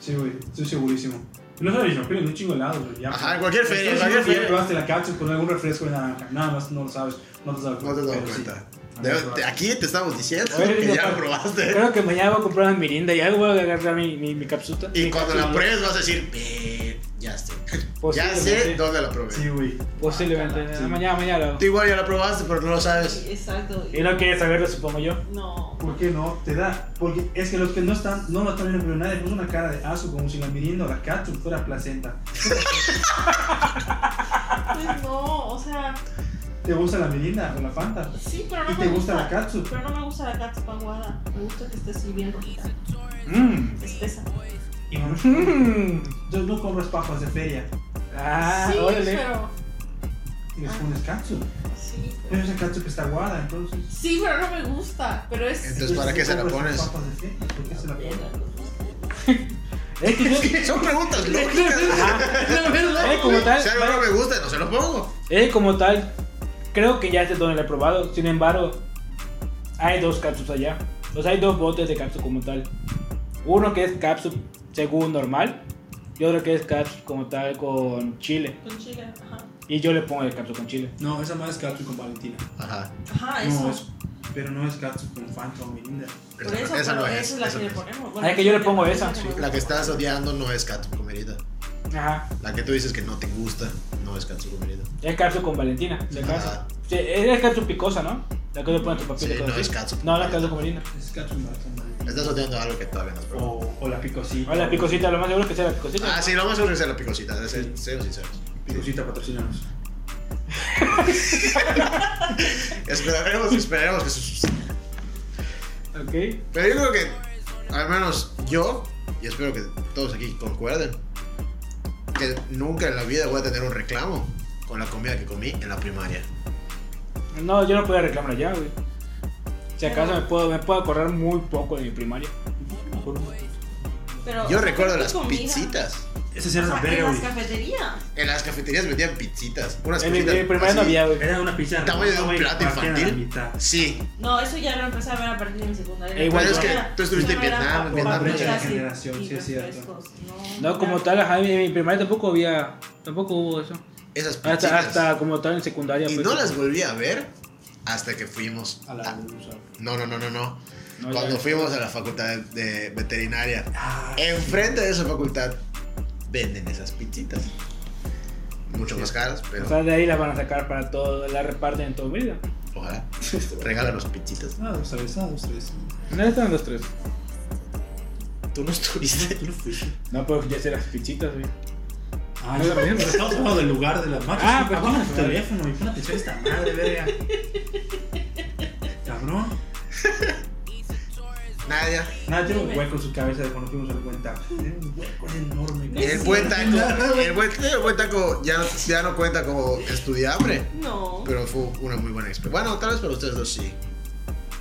Sí, güey, estoy segurísimo. No solo los en un chingo de lados, güey. ya. Ajá, en cualquier Estoy feria, en seguro cualquier que ya feria. probaste la cápsula con algún refresco de naranja. Nada más no lo sabes, no te has dado No te cuenta. has dado pero sí. cuenta. No De- te has dado te- aquí te estamos diciendo A ver, que ya ya para- lo probaste. Creo que mañana voy a comprar una mirinda y algo voy a agarrar mi, mi, mi capsuta. Y Mi cuando cápsula. la pruebes vas a decir, "Ve, ya sé. Ya Posiblemente. sé dónde la probé. Sí, güey. Posiblemente. Ah, Guácala, sí. Mañana, mañana. lo hago. Tú igual ya la probaste, pero no lo sabes. Sí, Exacto. Y no quieres saberlo, supongo yo. No. ¿Por qué no? Te da. Porque es que los que no están, no lo están viendo, pero nadie puso una cara de aso como si la mirinda o la cápsula fuera placenta. Pues no, o sea, ¿Te gusta la mirinda o la fanta? sí, pero no ¿Y me te gusta la cápsula? Pero no me gusta la catsup aguada. Me gusta que esté así bien rojita, Mm. Mmm. espesa. Y no. *laughs* Mmm. Yo no compras papas de feria *laughs* Ah, sí, órale. pero. y Ah. les pones cápsula. Sí, Pero pero. esa cápsula está aguada, entonces. Sí, pero no me gusta. Pero es. Entonces, ¿para qué se la compras pones? esas papas de feria? ¿Por qué se la pones? Es que yo. *laughs* *laughs* Son preguntas lógicas. La verdad. *laughs* Eh, como tal. Si algo no me gusta, no se lo pongo. Es Eh, como tal, creo que ya es donde lo he probado. Sin embargo, hay dos cápsulas allá. O sea, hay dos botes de cápsula como tal. Uno que es cápsula según normal y otro que es cápsula como tal con chile. Con chile, ajá. Y yo le pongo el cápsula con chile. No, esa más es cápsula con Valentina. Ajá. Ajá, Ah, eso. No, es, pero no es cápsula con Fanta o Mirinda. Por eso, esa pero no esa es la esa que no le es. ponemos. Ah, es que yo le pongo esa. me Sí, gusta. La que estás odiando no es cápsula con mirinda. Ajá. La que tú dices que no te gusta no es cápsula con mirinda. Es cápsula con Valentina, si acaso. Ajá. Sí, es es cápsula picosa, ¿no? La que le ponen a tu papita. Sí, todo no así. es cápsula. No, la cápsula con Valentina. Es cápsula con Valentina. Estás odiando algo que todavía no has probado. O, o la picosita. O la picosita, lo más seguro es que sea la picosita. Ah, sí, lo más seguro es la picosita, de ser seos sinceros. Picosita, patrocinanos. Esperaremos, esperaremos que suceda. Ok. Pero yo creo que, al menos yo, y espero que todos aquí concuerden, que nunca en la vida voy a tener un reclamo con la comida que comí en la primaria. No, yo no podía reclamar allá, güey. Si acaso me puedo, me puedo acordar muy poco de mi primaria. Por un- Pero, Yo o sea, recuerdo ¿qué las comida? pizzitas. Esa O sí era una sea, en verga, las güey. cafeterías. En las cafeterías vendían pizzitas. Unas En mi, cositas mi primaria no así. había, güey. Era una pizza. Tamaño de un güey, plato partida a la infantil. mitad. Sí, No, eso ya lo empecé a ver a partir de mi secundaria. Eh, igual Yo es que era- tú estuviste yo en era Vietnam, por en Vietnam, papas mucha y- generación, y sí es cierto. refrescos, No, como tal, ajá, en mi primaria tampoco había, tampoco hubo eso. esas pizzitas. Hasta, hasta como tal en secundaria. y pues, no las volví a ver hasta que fuimos A a- la blusa. No, no, no, no, no. no, Cuando ya. fuimos a la facultad de veterinaria, Ah, enfrente de esa facultad venden esas pizzitas. Mucho más caras, pero O sea, de ahí las van a sacar para todo, las reparten en todo Mérida. *laughs* ojalá. Regálanos pizzitas. Ah, dos, tres, ah, dos, tres. No están los tres. Tú no estuviste. *laughs* Tú no fuiste. No, pero ya sé las pichitas, güey. Ah, No, yo también. pero estamos hablando del lugar de la marcha. Ah, Ah, pero pero abajo tu claro. teléfono y pon atención a esta madre, verga. Cabrón. Nadia. Nada, tiene un hueco en su cabeza de cuando fuimos al buen taco. Tiene un hueco enorme. cabrón. El buen taco. El buen, el buen taco ya, ya no cuenta como estudiambre. No. Pero fue una muy buena experiencia. Bueno, tal vez para ustedes dos sí.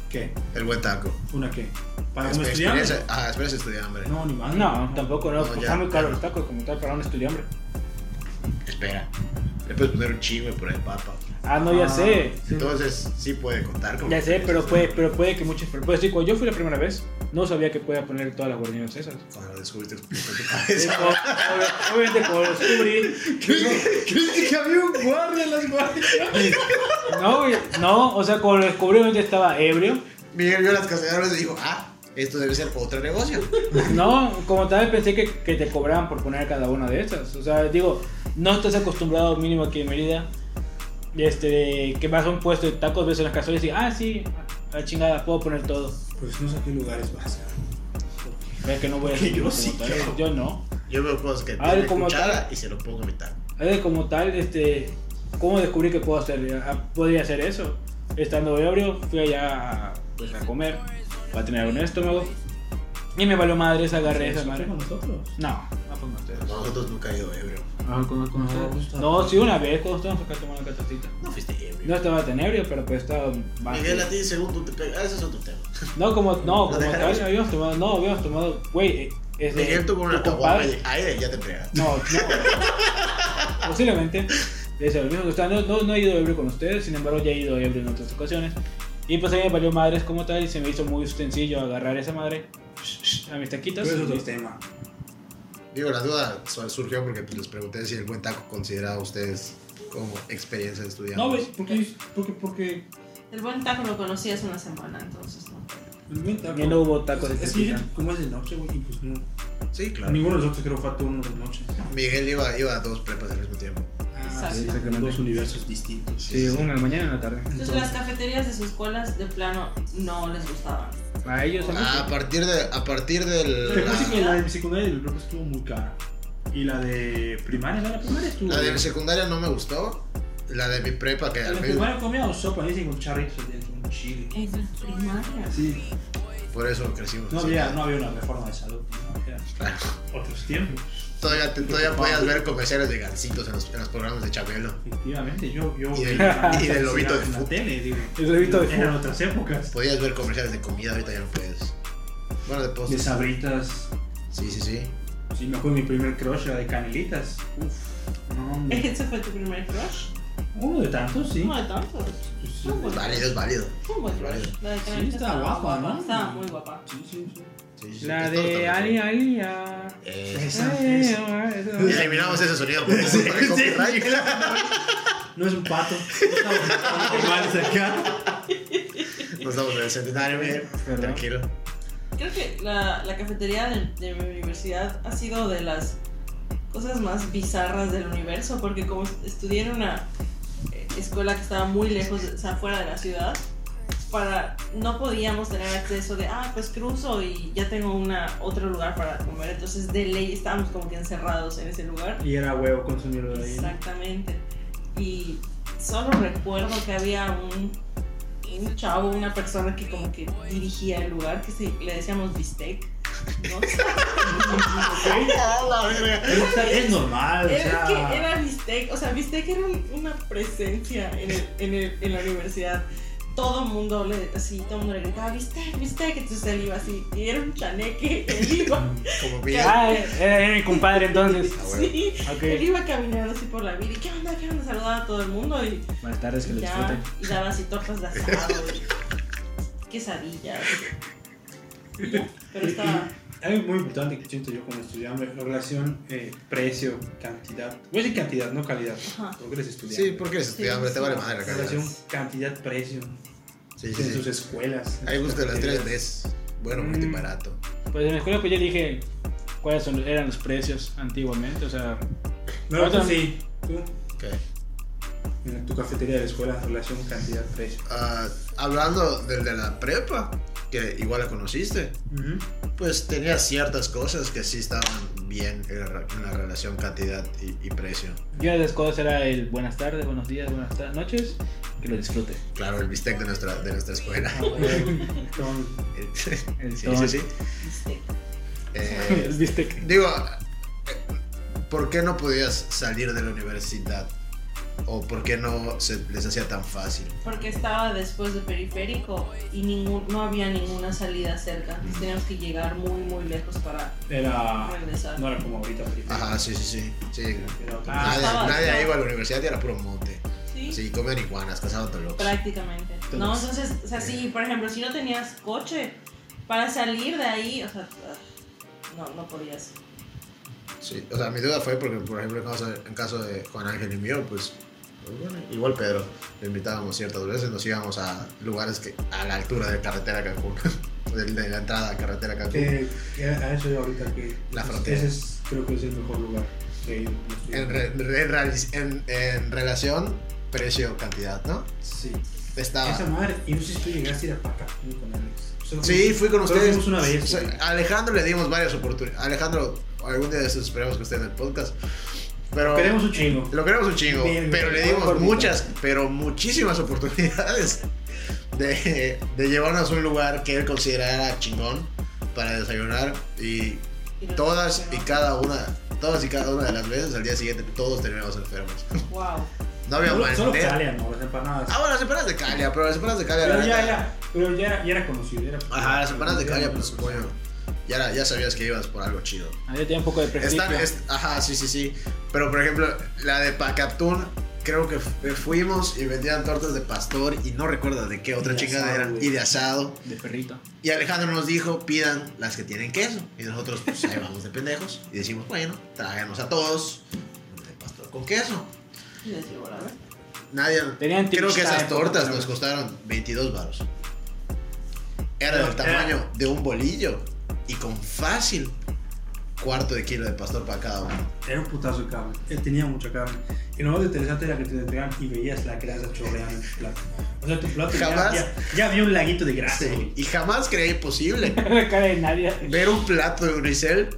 ¿Qué? El buen taco. ¿Una qué? ¿Para un Exper- estudiante? experiencia- Ajá, experiencia estudiambre. No, ni más. Ah, No, tampoco, no. Ah, pues, No, ya. Está muy caro los tacos como tal para un estudiante. Espera. Le puedes poner un chisme por el papa. Ah, no, ya Ah. sé. Entonces sí puede contar como. Ya sé, pero puede, pero puede que muchas personas. Pues sí, cuando yo fui la primera vez, no sabía que podía poner todas las guarniciones esas. Cuando lo descubriste explotó tu *laughs* Sí, cabeza. ob- Obviamente, cuando lo *laughs* descubrí. que había un guardia en las No, güey, no, o sea, cuando lo descubrí, obviamente estaba ebrio. Miguel vio las cacerolas y dijo, ah, esto debe ser otro negocio. No, como tal vez pensé que, que te cobraban por poner cada una de esas. O sea, digo, no estás acostumbrado mínimo aquí en Mérida este, que vas a un puesto de tacos, ves unas cazuelas y dices, ah, sí, a la chingada, puedo poner todo. Pues no sé a qué lugares vas. Ves que no voy a Porque yo como sí, tal, claro. Yo no. Yo veo cosas que Ah, tienen como cuchara tal. y se lo pongo a mitad. Es de como tal, este, ¿cómo descubrí que puedo hacer, ah, podría hacer eso? Estando ebrio, fui allá a, pues, a comer, para tener algo en el estómago. Y me valió madres, agarré esa madre. con nosotros? No, no Ah, fue pues con ustedes. Nosotros nunca he ido ebrio. No, con ustedes. No, sí, una vez, cuando estábamos acá tomando catacita. No fuiste ebrio. No estaba tan ebrio, pero pues estaba más- Miguel, a ti según tú te pegas. Ah, ese es otro tema. No, como, no, ¿Lo como dejaron? tal, habíamos tomado, no, habíamos tomado, güey, eh, este, Miguel tuvo una tu caguama compadre- de aire ya te pegas. No, no. Posiblemente. Es lo mismo. O sea, no, no, no he ido ebrio con ustedes, sin embargo ya he ido ebrio en otras ocasiones. Y pues a mí me valió madres como tal y se me hizo muy sencillo agarrar esa madre a mis taquitos. Pues, Pero es y otro listo. tema. Digo, la duda su- surgió porque pues, les pregunté si el buen taco consideraba a ustedes como experiencia de estudiante. No, güey, porque, porque, porque El buen taco lo conocí hace una semana, entonces no. el buen taco- Y no hubo taco de Es que yo- tequila. como es de noche, güey, y pues no. Sí, claro. Ninguno de nosotros creo fue a turno de noche. Miguel iba, iba a dos prepas al mismo tiempo. Ah, Exacto. sí, Exactamente. dos universos distintos. Sí, una en la mañana y en la tarde. Entonces las cafeterías de sus escuelas de plano no les gustaban. A ellos a mí Ah, A sí. partir de, a partir del Te puse que la, la de mi secundaria del grupo estuvo muy cara. Y la de primaria, no, la primaria estuvo. la de mi bien. secundaria no me gustó. La de mi prepa que En al la fin, primaria comíamos sopa, y con charritos dentro, un chile. En la primaria. Sí, por eso crecimos. no Sí, había, claro. no había una reforma de salud, ¿no? Eran Claro. otros tiempos. Todavía, te- todavía podías ver comerciales de gancitos en los, en los programas de Chabelo. Efectivamente, yo. yo *laughs* Y del- veía y del lobito de en la fútbol. tele, digo. El lobito de Eran fútbol. otras épocas. Podías ver comerciales de comida, ahorita ya no puedes. Bueno, de De postres. sabritas. Sí, sí, sí. Sí, me acuerdo mi primer crush era de canelitas. Uf, no, hombre. *laughs* ¿Ese fue tu primer crush? Uno de tantos, sí. No de tanto. Pues sí. Ah, No, Es válido, es válido. Fue un buen Vale. crush. La de Sí, Canelita estaba guapa, ¿no? Estaba muy guapa. Sí, sí, sí. Sí, sí, sí. La pues, Es todo de tan Ali bueno. Ali ah. Eh, Esa, Eh, esa. ah, esa. eliminamos ese sonido por por- para copyright. No es un *laughs* pato. Animales acá. Nos damos el centenario, Miguel. Perdón. *laughs* Tranquilo. Creo que la, la cafetería de, de mi universidad ha sido de las cosas más bizarras del universo, porque como est- estudié en una eh, escuela que estaba muy lejos, de- o sea, fuera de la ciudad, para, no podíamos tener acceso de, ah, pues cruzo y ya tengo una, otro lugar para comer, entonces de ley estábamos como que encerrados en ese lugar. Y era huevo consumirlo de ahí. Exactamente. Y solo recuerdo que había un, un chavo, una persona que como que dirigía el lugar, que se- le decíamos bistec. ¿no? Ah, la verga. Pero, o sea, es normal, o era, sea. que era bistec, o sea, bistec era un- una presencia en, el- en, el- en la universidad. Todo el mundo le, así, todo mundo le gritaba, bistec, bistec, entonces él iba así, y era un chaneque, *laughs* él iba, Como Miguel. Ah, era, era mi compadre entonces. sí, él Ok, iba caminando así por la vida, y qué onda, qué onda, saludaba a todo el mundo, y buenas tardes, que lo Ya, disfruten. y daban así tortas de asado y quesadillas. Y ya, Pero estaba. Algo muy importante que siento yo como estudiante, la relación eh, precio, cantidad. Voy a decir cantidad, no calidad. Ajá. Porque eres estudiante. Sí, porque eres estudiante, te vale madre la La calidad. relación cantidad-precio Sí, en sí, sus sí. escuelas. Hay gusto de las tres veces Ds. Bueno, muy Mm. barato. Pues en la escuela pues yo dije cuáles son- eran los precios antiguamente, o sea, No, tú Otra. sí. Tú, Ok. en tu cafetería de la escuela, relación cantidad-precio. Ah, hablando del de la prepa, que igual la conociste, pues tenía ciertas cosas que sí estaban bien en la, re- en la relación cantidad y, y precio. Yo de las cosas era el buenas tardes, buenos días, buenas ta- noches, que lo disfrute. Claro, el bistec de nuestra, de nuestra escuela. Ah. Eh, Con- *laughs* sí, El sí, ton, sí. este, Eh, *laughs* El bistec. Digo, eh, ¿por qué no podías salir de la universidad? ¿O por qué no se les hacía tan fácil? Porque estaba después de periférico y ningún, no había ninguna salida cerca. Entonces teníamos que llegar muy, muy lejos para Era. regresar. Ah, No era como ahorita. ahorita. Ajá, sí, sí, sí. sí. Era otro. Ah, nadie estaba- nadie estaba- iba a la universidad y era puro monte. ¿Sí? Sí, comen iguanas, cazaban tolocos. Prácticamente. No, Entonces- entonces, o sea, sí, por ejemplo, si no tenías coche para salir de ahí, o sea, no, no podías. Sí, o sea, mi duda fue porque, por ejemplo, en caso, en caso de Juan Ángel y mío, pues, pues, bueno, igual Pedro, lo invitábamos ciertas veces, nos íbamos a lugares que a la altura de carretera Cancún, *laughs* de, de la entrada a carretera Cancún. Eh, a eso yo ahorita que. La frontera. Ese es, creo que es el mejor lugar que he ido. en, re- re- reali- en- en relación precio cantidad, ¿no? Sí. Estaba. Esa madre, y no sé si tú llegaste a ir a Pacacú con Alex. Solo Sí, fui con solo ustedes. fuimos una vez. O sea, güey. a Alejandro le dimos varias oportunidades. Alejandro, algún día de estos esperemos que esté en el podcast. Pero Queremos un chingo. lo queremos un chingo, Bien, pero le bien, dimos gordito. muchas, pero muchísimas oportunidades de, de llevarnos a un lugar que él considerara chingón para desayunar y todas y cada una, todas y cada una de las veces al día siguiente todos terminamos enfermos. Wow. No había Solo- Solo manera. Calia, no, las empanadas. Ah, bueno, las empanadas de Calia, pero las empanadas de Calia. la Pero ya neta- era, pero ya era, ya era conocido. Era Ajá, las empanadas de ya Calia, era pues conocido. coño. Ya, era- ya sabías que ibas por algo chido. Ahí tiene un poco de prestigio. Están, es- ajá, sí, sí, sí. Pero por ejemplo, la de Pacatún, creo que fu- eh, fuimos y vendían tortas de pastor y no recuerdo de qué otra de chingadera asado, güey. y de asado. De perrito. *laughs* Y Alejandro nos dijo, pidan las que tienen queso. Y nosotros, pues ahí vamos de pendejos y decimos, bueno, tráiganos a todos de pastor con queso. Y les digo, ¿verdad? Nadie. Tenían creo que tichita, esas eh, tortas porque- nos costaron 22 baros. Era Pero del era- tamaño de un bolillo y con fácil cuarto de kilo de pastor para cada uno. Era un putazo de carne. Él tenía mucha carne. Y lo más interesante era que te entregaban y veías la grasa chorreando en tu plato. O sea, tu plato ya- Jamás. ya, ya había un laguito de grasa. Sí, güey. Y jamás creí posible La cara de nadie. ver un plato de unicel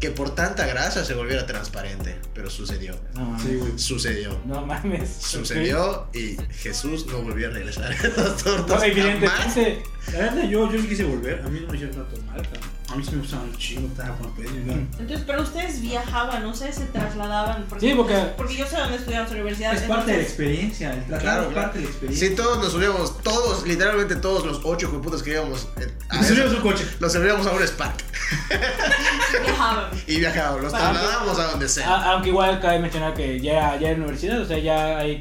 que por tanta grasa se volviera transparente. Pero sucedió. No mames. Sí, güey. Sucedió. No mames. Sucedió y Jesús no volvió a regresar *laughs* a esas tortas. No, jamás. evidentemente. La verdad, yo, yo sí quise volver. A mí no me hicieron tanto mal, cabrón. A mí sí me gustaban un chingo, estaba con pedo. ¿no? Entonces, pero ustedes viajaban, no sé, se trasladaban. Porque, Sí, porque- Porque yo sé dónde estudiaron su universidad. Es parte de la entonces- experiencia. El tratar Claro, es claro. parte de la experiencia. Sí, todos nos subíamos, todos, literalmente todos los ocho putos que íbamos eh, a Nos esa- subimos un coche. Los enviamos a un Spark *laughs* Viajaban. y viajamos, los Para- trasladamos a donde sea. A- Ah, aunque igual cabe mencionar que ya, ya en la universidad, o sea, ya hay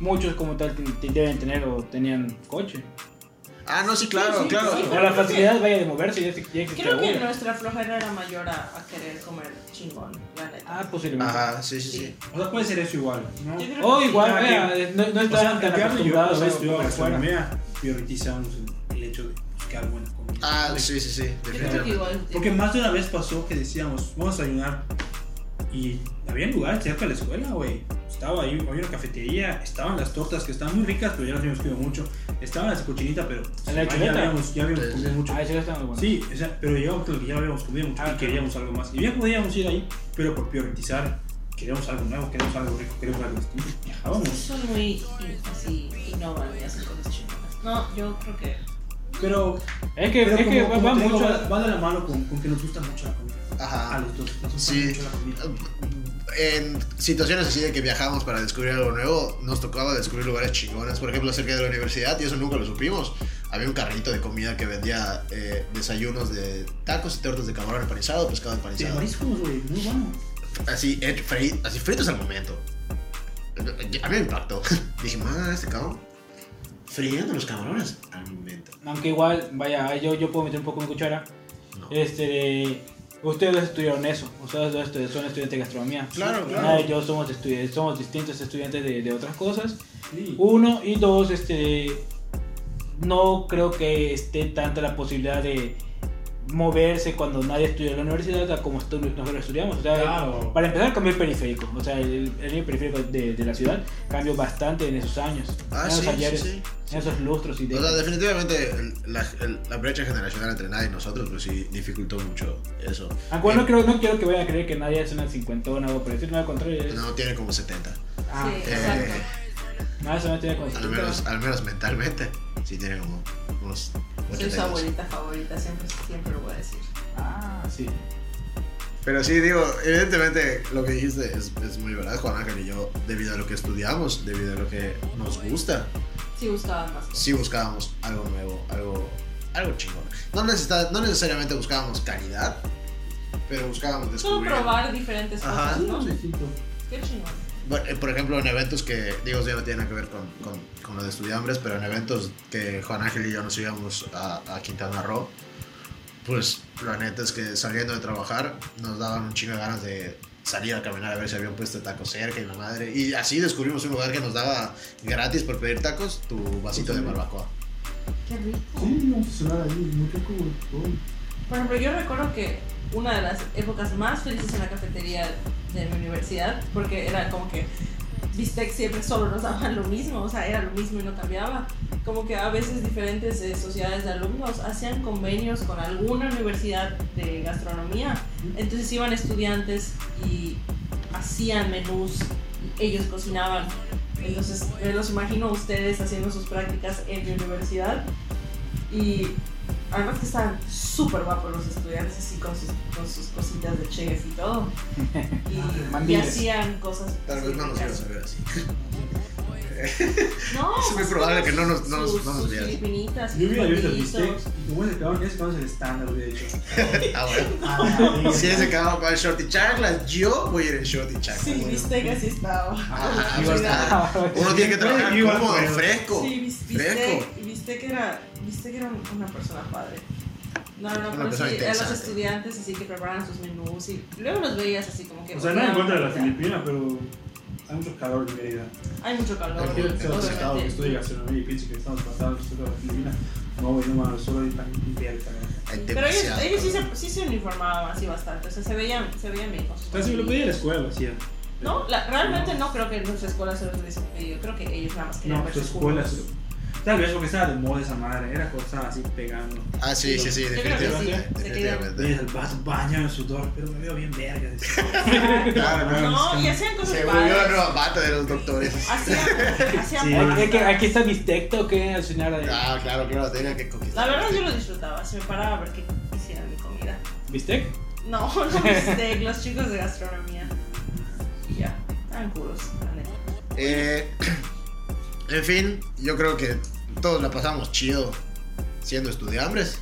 muchos como tal que te- deben tener o tenían coche. Ah, no, sí, claro, Sí, sí, claro. sí. Pero la facilidad vaya de moverse, ya, se- ya existe Creo que ahora. nuestra flojera era mayor a, a querer comer chingón, la neta. Ah, posiblemente. Ajá, sí, sí, sí. O sea, puede ser eso igual, ¿no? Yo creo- O igual, Cada vea, quien. no, no O sea, estaban tan Ricardo y yo, acostumbrados cuando a estudiamos comer fuera. gastronomía, priorizamos el- el hecho de buscar buena comida. Ah, sí, sí, sí, Yo creo que definitivamente. igual. Porque más de una vez pasó que decíamos, vamos a ayunar. Y había lugares cerca de la escuela, güey. Estaba ahí, había una cafetería, estaban las tortas que estaban muy ricas, pero ya las habíamos comido mucho. Estaban las cochinitas, pero la ya, chuleta? habíamos, ya habíamos Sí, comido sí. mucho. Ah, sí, ya están muy buenos. Sí, o sea, pero llegamos con lo que ya habíamos comido mucho Ah, y queríamos algo más. Y bien podíamos ir ahí, pero por priorizar, queríamos algo nuevo, queríamos algo rico, queríamos algo distinto. Viajábamos. Son muy in- así, ignoran y hacen cosas chingonas. No, yo creo que. Pero, Es que, pero es que como- va, como va te digo, mucho. va- va de la mano con, con que nos gusta mucho la comida. A Ajá. los dos, nos gusta Ah, Sí. mucho la comida. En situaciones así de que viajamos para descubrir algo nuevo, nos tocaba descubrir lugares chingones. Por ejemplo, cerca de la universidad, y eso nunca lo supimos. Había un carrito de comida que vendía eh, desayunos de tacos y tortas de camarón empanizado, pescado De empanizado. mariscos, güey, muy bueno. así, eh, fri- así fritos al momento. A mí me impactó. *laughs* Dije, madre, este cabrón. Friendo los camarones al momento. Aunque igual, vaya, yo, yo puedo meter un poco mi cuchara. No. Este, de- ustedes dos estudiaron eso. Ustedes dos estu- son estudiantes de gastronomía. Claro, Ana claro. y yo somos, estudi- somos distintos estudiantes de, de otras cosas. Sí. Uno y dos, este, no creo que esté tanta la posibilidad de moverse cuando nadie estudia en la universidad a como estu- nosotros estudiamos. O sea, Claro. Para empezar, cambió el periférico. O sea, el, el nivel periférico de, de la ciudad cambió bastante en esos años. Ah, en sí, esos sí, ayeres, sí. en esos lustros y de. O sea, definitivamente el- la, el- la brecha generacional entre nadie y nosotros, pues sí, dificultó mucho eso. Aunque bueno, no, creo, no quiero que vayan a creer que nadie es una cincuentona o por decir nada al contrario. Es, No, tiene como 70. ah, sí, eh, exacto. nada, eso no tiene Al consecuencias. menos, al menos mentalmente, sí tiene como unos Soy su 82. abuelita favorita, siempre, siempre lo voy a decir. Ah, sí. Pero sí, digo, evidentemente lo que dijiste es, es muy verdad, Juan Ángel y yo, debido a lo que estudiamos, debido a lo que nos gusta, Sí, buscaban más cosas. sí buscábamos algo nuevo, algo, algo chingón. No, necesita- no necesariamente buscábamos calidad, pero buscábamos Solo descubrir. probar diferentes Ajá. cosas, ¿no? Sí. Qué chingón. Bueno, eh, Por ejemplo, en eventos que, digo, ya no tiene nada que ver con, con, con lo de estudiambres, pero en eventos que Juan Ángel y yo nos íbamos a, a Quintana Roo, pues la neta es que saliendo de trabajar nos daban un chingo de ganas de salir a caminar a ver si había un puesto de tacos cerca y la madre. Y así descubrimos un lugar que nos daba gratis por pedir tacos tu vasito de barbacoa. Qué rico. ¿Cómo no funcionaba ahí? Muy rico, güey. Por ejemplo, yo recuerdo que una de las épocas más felices en la cafetería de mi universidad, porque era como que bistec siempre solo nos daban lo mismo, o sea, era lo mismo y no cambiaba. Como que a veces diferentes eh, sociedades de alumnos hacían convenios con alguna universidad de gastronomía, entonces iban estudiantes y hacían menús, y ellos cocinaban. Entonces, me los imagino a ustedes haciendo sus prácticas en mi universidad y además que estaban súper guapos los estudiantes así con sus, con sus cositas de chef y todo. Y, y Mandiles. hacían cosas. Tal vez no nos vieras ricas. a ver así. No, Es muy pues, probable que no nos- sus- no nos- no nos sus vieran. filipinitas, Yo hubiera visto el frijolitos. bistec y como se acabaron, ya se conoce el estándar, hubiera dicho. Ah, bueno. Ah, Si él se quedaba para el short y chanclas, yo voy a ir en short y chanclas. Sí, bistec así estaba. Ah, Con pues cuidado. está. Uno tiene que trabajar Igual, cómodo, pero- fresco. Sí, bis- Fresco. bistec, y bistec era, bistec era un- una persona padre. No, no, Una pero sí, persona a los interesante. estudiantes así que preparan sus menús y luego los veías así como que... O sea, nada en contra de la Ya. Filipina, pero hay mucho calor en Mérida. Hay mucho calor. Hay Quiero ser obviamente. aceptado que estudie gastronomía y piense que estamos pasados respecto a la Filipina. No, güey, no mames, solo hay tan invierta. Hay Pero ellos, demasiado. ellos sí, se, sí se uniformaban así bastante, o sea, se veían, se veían bien. con sus Casi Ah, lo pedí en la escuela, lo hacían. No, la- realmente no creo que en nuestra escuela se los hubiesen pedido. Creo que ellos nada más querían No, ver su sus escuela. curvas. su- pues, Tal vez porque estaba de moda esa madre, era cosa así pegando. Ah, sí, sí, sí, Yo creo que sí, definitivamente. se quedan. definitivamente. Oye, vas baño en sudor, pero me veo bien verga. decía. Claro, claro. No, y hacían cosas Ah, Se volvió la padres. nueva bata de los doctores. Hacían, hacían Sí. cosas. Hay que- Aquí está bistecto que al final. eh, Ah, claro, claro, tenía que conquistar. La verdad yo lo disfrutaba, se me paraba a ver qué hicieran mi comida. ¿Bistec? No, *laughs* no bistec, los chicos de gastronomía. Y ya, tan puros, la neta. Eh, *clears throat* en fin, yo creo que todos la pasamos chido siendo estudiantes.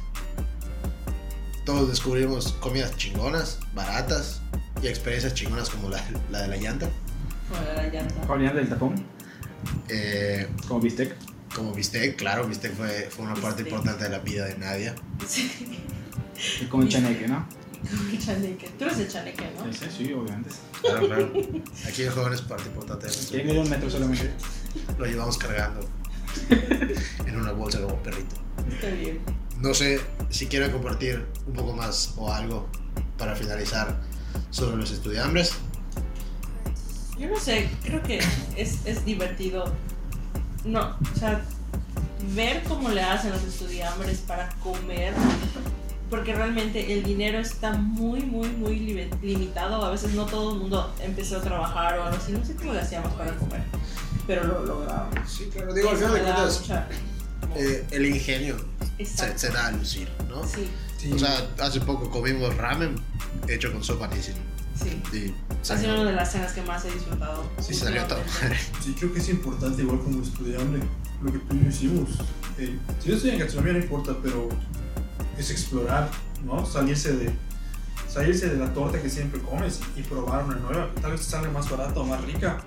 Todos descubrimos comidas chingonas, baratas y experiencias chingonas como la, la de la llanta, Como la llanta. Julián del tapón, Eh, como bistec. como bistec, claro, bistec fue, fue una parte Bistec. importante de la vida de Nadia. Sí, *laughs* Y como chaneque, ¿no? como el chaneque. Tú eres el chaneque, ¿no? Sí, sí, sí, obviamente. Claro, claro. Aquí el joven es parte importante de nuestro- Tiene que ir un metro solamente. Lo llevamos cargando en una bolsa como perrito. Está bien. No sé si quieren compartir un poco más o algo para finalizar sobre los estudiambres. Yo no sé, creo que es, es divertido. No, o sea, ver cómo le hacen los estudiantes para comer, porque realmente el dinero está muy, muy, muy li- limitado. A veces no todo el mundo empezó a trabajar o algo así. No sé cómo le hacíamos para comer, pero lo logramos. Sí, claro, digo, al final de cuentas, eh, el ingenio se, Exacto. se da a lucir, ¿no? Sí, Sí. O sea, hace poco comimos ramen hecho con sopa Nissin sí. y Ha sido salió, una de las cenas que más he disfrutado. sí salió todo últimamente. mal. Sí, creo que es importante, igual como estudiante, lo que tú y yo hicimos. Eh, si yo estoy en gastronomía, no importa, pero es explorar, ¿no? Salirse de, salirse de la torta que siempre comes y probar una nueva. Tal vez te salga más barata o más rica,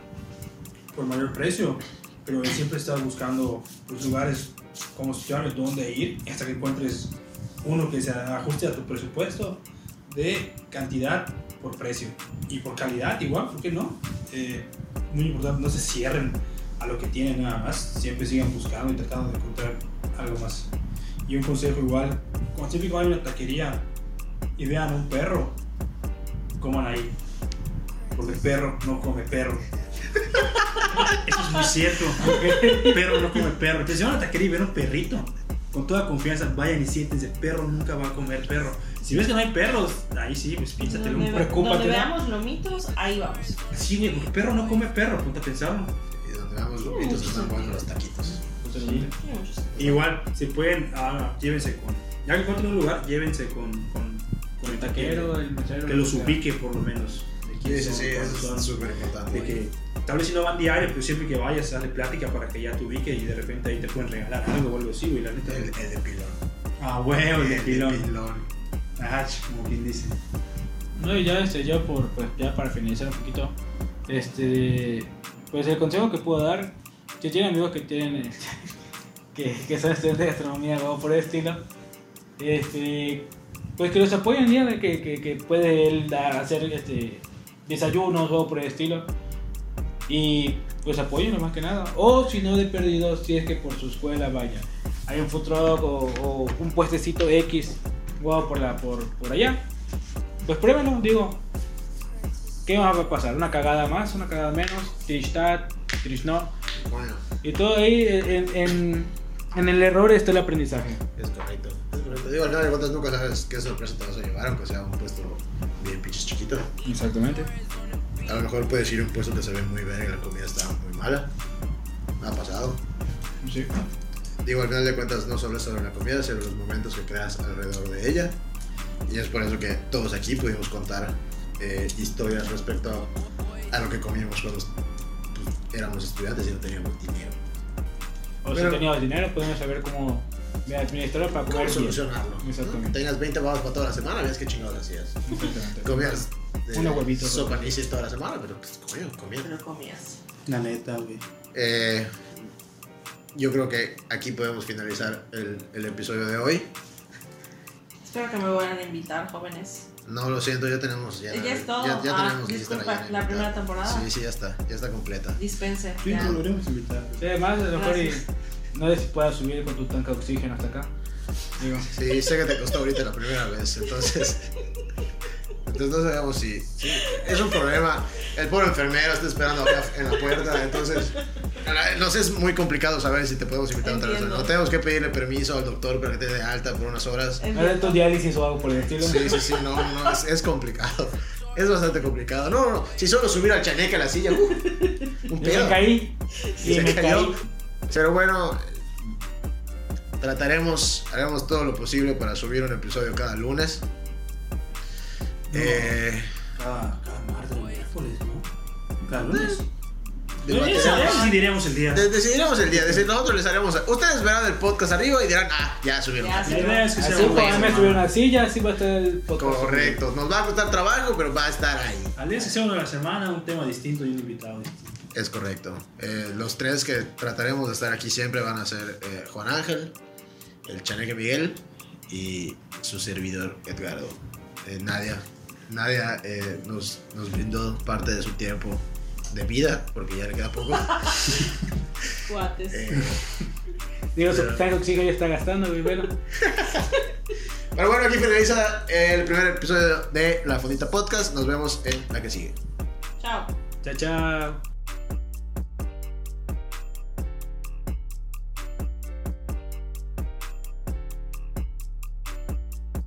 por mayor precio, pero siempre estar buscando los lugares como estudiantes dónde ir hasta que encuentres uno que se ajuste a tu presupuesto de cantidad por precio y por calidad igual, ¿por qué no? Eh, muy importante, no se cierren a lo que tienen nada más, siempre sigan buscando y tratando de encontrar algo más. Y un consejo igual, cuando siempre que vayan a una taquería y vean un perro, coman ahí, porque el perro no come perro. Eso es muy cierto. Perro no come perro. Entonces, si van a la taquería y ven un perrito, con toda confianza, vayan y siéntense. Perro nunca va a comer perro. Si ves que no hay perros, ahí sí, pues pínsatelo. Donde, ve- donde preocúpate. ¿no? veamos lomitos, ahí vamos. Sí, güey, porque perro no come perro, ponte a pensarlo. Y donde vamos lomitos, están buenos los taquitos. Tiene muchos Igual, si pueden, ah, llévense con. Ya que encuentren un lugar, llévense con, con, con el taquero. el mechero. Que los ubique por lo menos. de quién Sí, sí, son, sí, cuáles eso son. es súper importante. de que tal vez si no van diario, pero siempre que vayas, hazle plática para que ya te ubique y de repente ahí te pueden regalar algo o algo así, güey, la neta. El, el de pilón. Ah, huevo, el de El de pilón. pilón. Ah, ch, como quien dice. No, y ya, este, ya, por, pues, ya para finalizar un poquito, este, pues el consejo que puedo dar, si tienen amigos que tienen, este, *laughs* que, que son estudiantes de gastronomía o algo por el estilo, este, pues que los apoyen ya, de que, que, que puede él dar, hacer este, desayunos o algo por el estilo, y pues apóyenlo más que nada, o si no de perdido, si es que por su escuela vaya, hay un food truck o, o un puestecito X, o por, la, por, por allá pues pruébenlo, digo. ¿Qué va a pasar? ¿Una cagada más? ¿Una cagada menos? Tristad, Krishna. Bueno, Y todo ahí en, en- en el error está el aprendizaje. es correcto. Es correcto. Digo, al final de cuentas nunca sabes qué sorpresa te vas a llevar, aunque sea un puesto bien pinches chiquito. Exactamente. A lo mejor puedes ir a un puesto que se ve muy bien y la comida está muy mala. Me ha pasado. Sí. Digo, al final de cuentas no solo es sobre la comida, sino los momentos que creas alrededor de ella. Y es por eso que todos aquí pudimos contar eh, historias respecto a lo que comíamos cuando pues, éramos estudiantes y no teníamos dinero. O Pero- si tenías dinero, podemos saber cómo administrar para ¿Cómo comer bien. solucionarlo? Exactamente. Tenías 20 pavos para toda la semana, veías qué chingados hacías. Exactamente. Comías eh, Unos huevitos. sopa Nissin toda la semana, pero pues, coño, comía. Pero comías. La neta, güey. Eh, yo creo que aquí podemos finalizar el, el episodio de hoy. Espero que me vuelvan a invitar, jóvenes. No, lo siento, ya tenemos. Ya, Ya es todo. Ya, ya Ah, tenemos lista disculpa, llena ¿la invitada. primera temporada? Sí, sí, ya está. Ya está completa. Dispense. Sí, ya. lo deberíamos invitar. Sí, además, a lo mejor y no sé si puedas subir con tu tanque de oxígeno hasta acá. Digo, Sí, sé que te costó ahorita la primera vez, entonces. Entonces no sabemos si. si- es un problema. El pobre enfermero está esperando acá en la puerta, entonces. Nos es muy complicado saber si te podemos invitar otra vez. o No Entiendo. tenemos que pedirle permiso al doctor para que te dé alta por unas horas. Es ¿harán tu diálisis o algo por el estilo? Sí, sí, sí, no, no, es, es complicado. Es bastante complicado. No, no, no. Si solo subir al chaneque a la silla, uh, un Yo pedo. me caí y Se me cayó. caí. Pero bueno, trataremos, haremos todo lo posible para subir un episodio cada lunes. Eh, Cada, cada martes o miércoles, ¿no? Cada lunes. debatiremos. Sí, diríamos el día. De- decidiremos el día, decir, nosotros les haremos. Ustedes verán el podcast arriba y dirán, ah, ya subieron. Ya, La idea es que sea Así un como mes, me ¿no? subieron a la silla, así va a estar el podcast. Correcto, nos va a costar trabajo, pero va a estar ahí. Al día que sea uno de la semana, un tema distinto y un invitado distinto. Es correcto. Eh, los tres que trataremos de estar aquí siempre van a ser eh, Juan Ángel, el Chaneque Miguel y su servidor Edgardo. Eh, Nadia. Nadia eh, nos, nos brindó parte de su tiempo de vida, porque ya le queda poco. Cuates. Eh, Digo, su tanque de oxígeno ya está gastando, güey, bueno. pero bueno, aquí finaliza el primer episodio de La Fondita Podcast. Nos vemos en la que sigue. Chao. Chao, chao.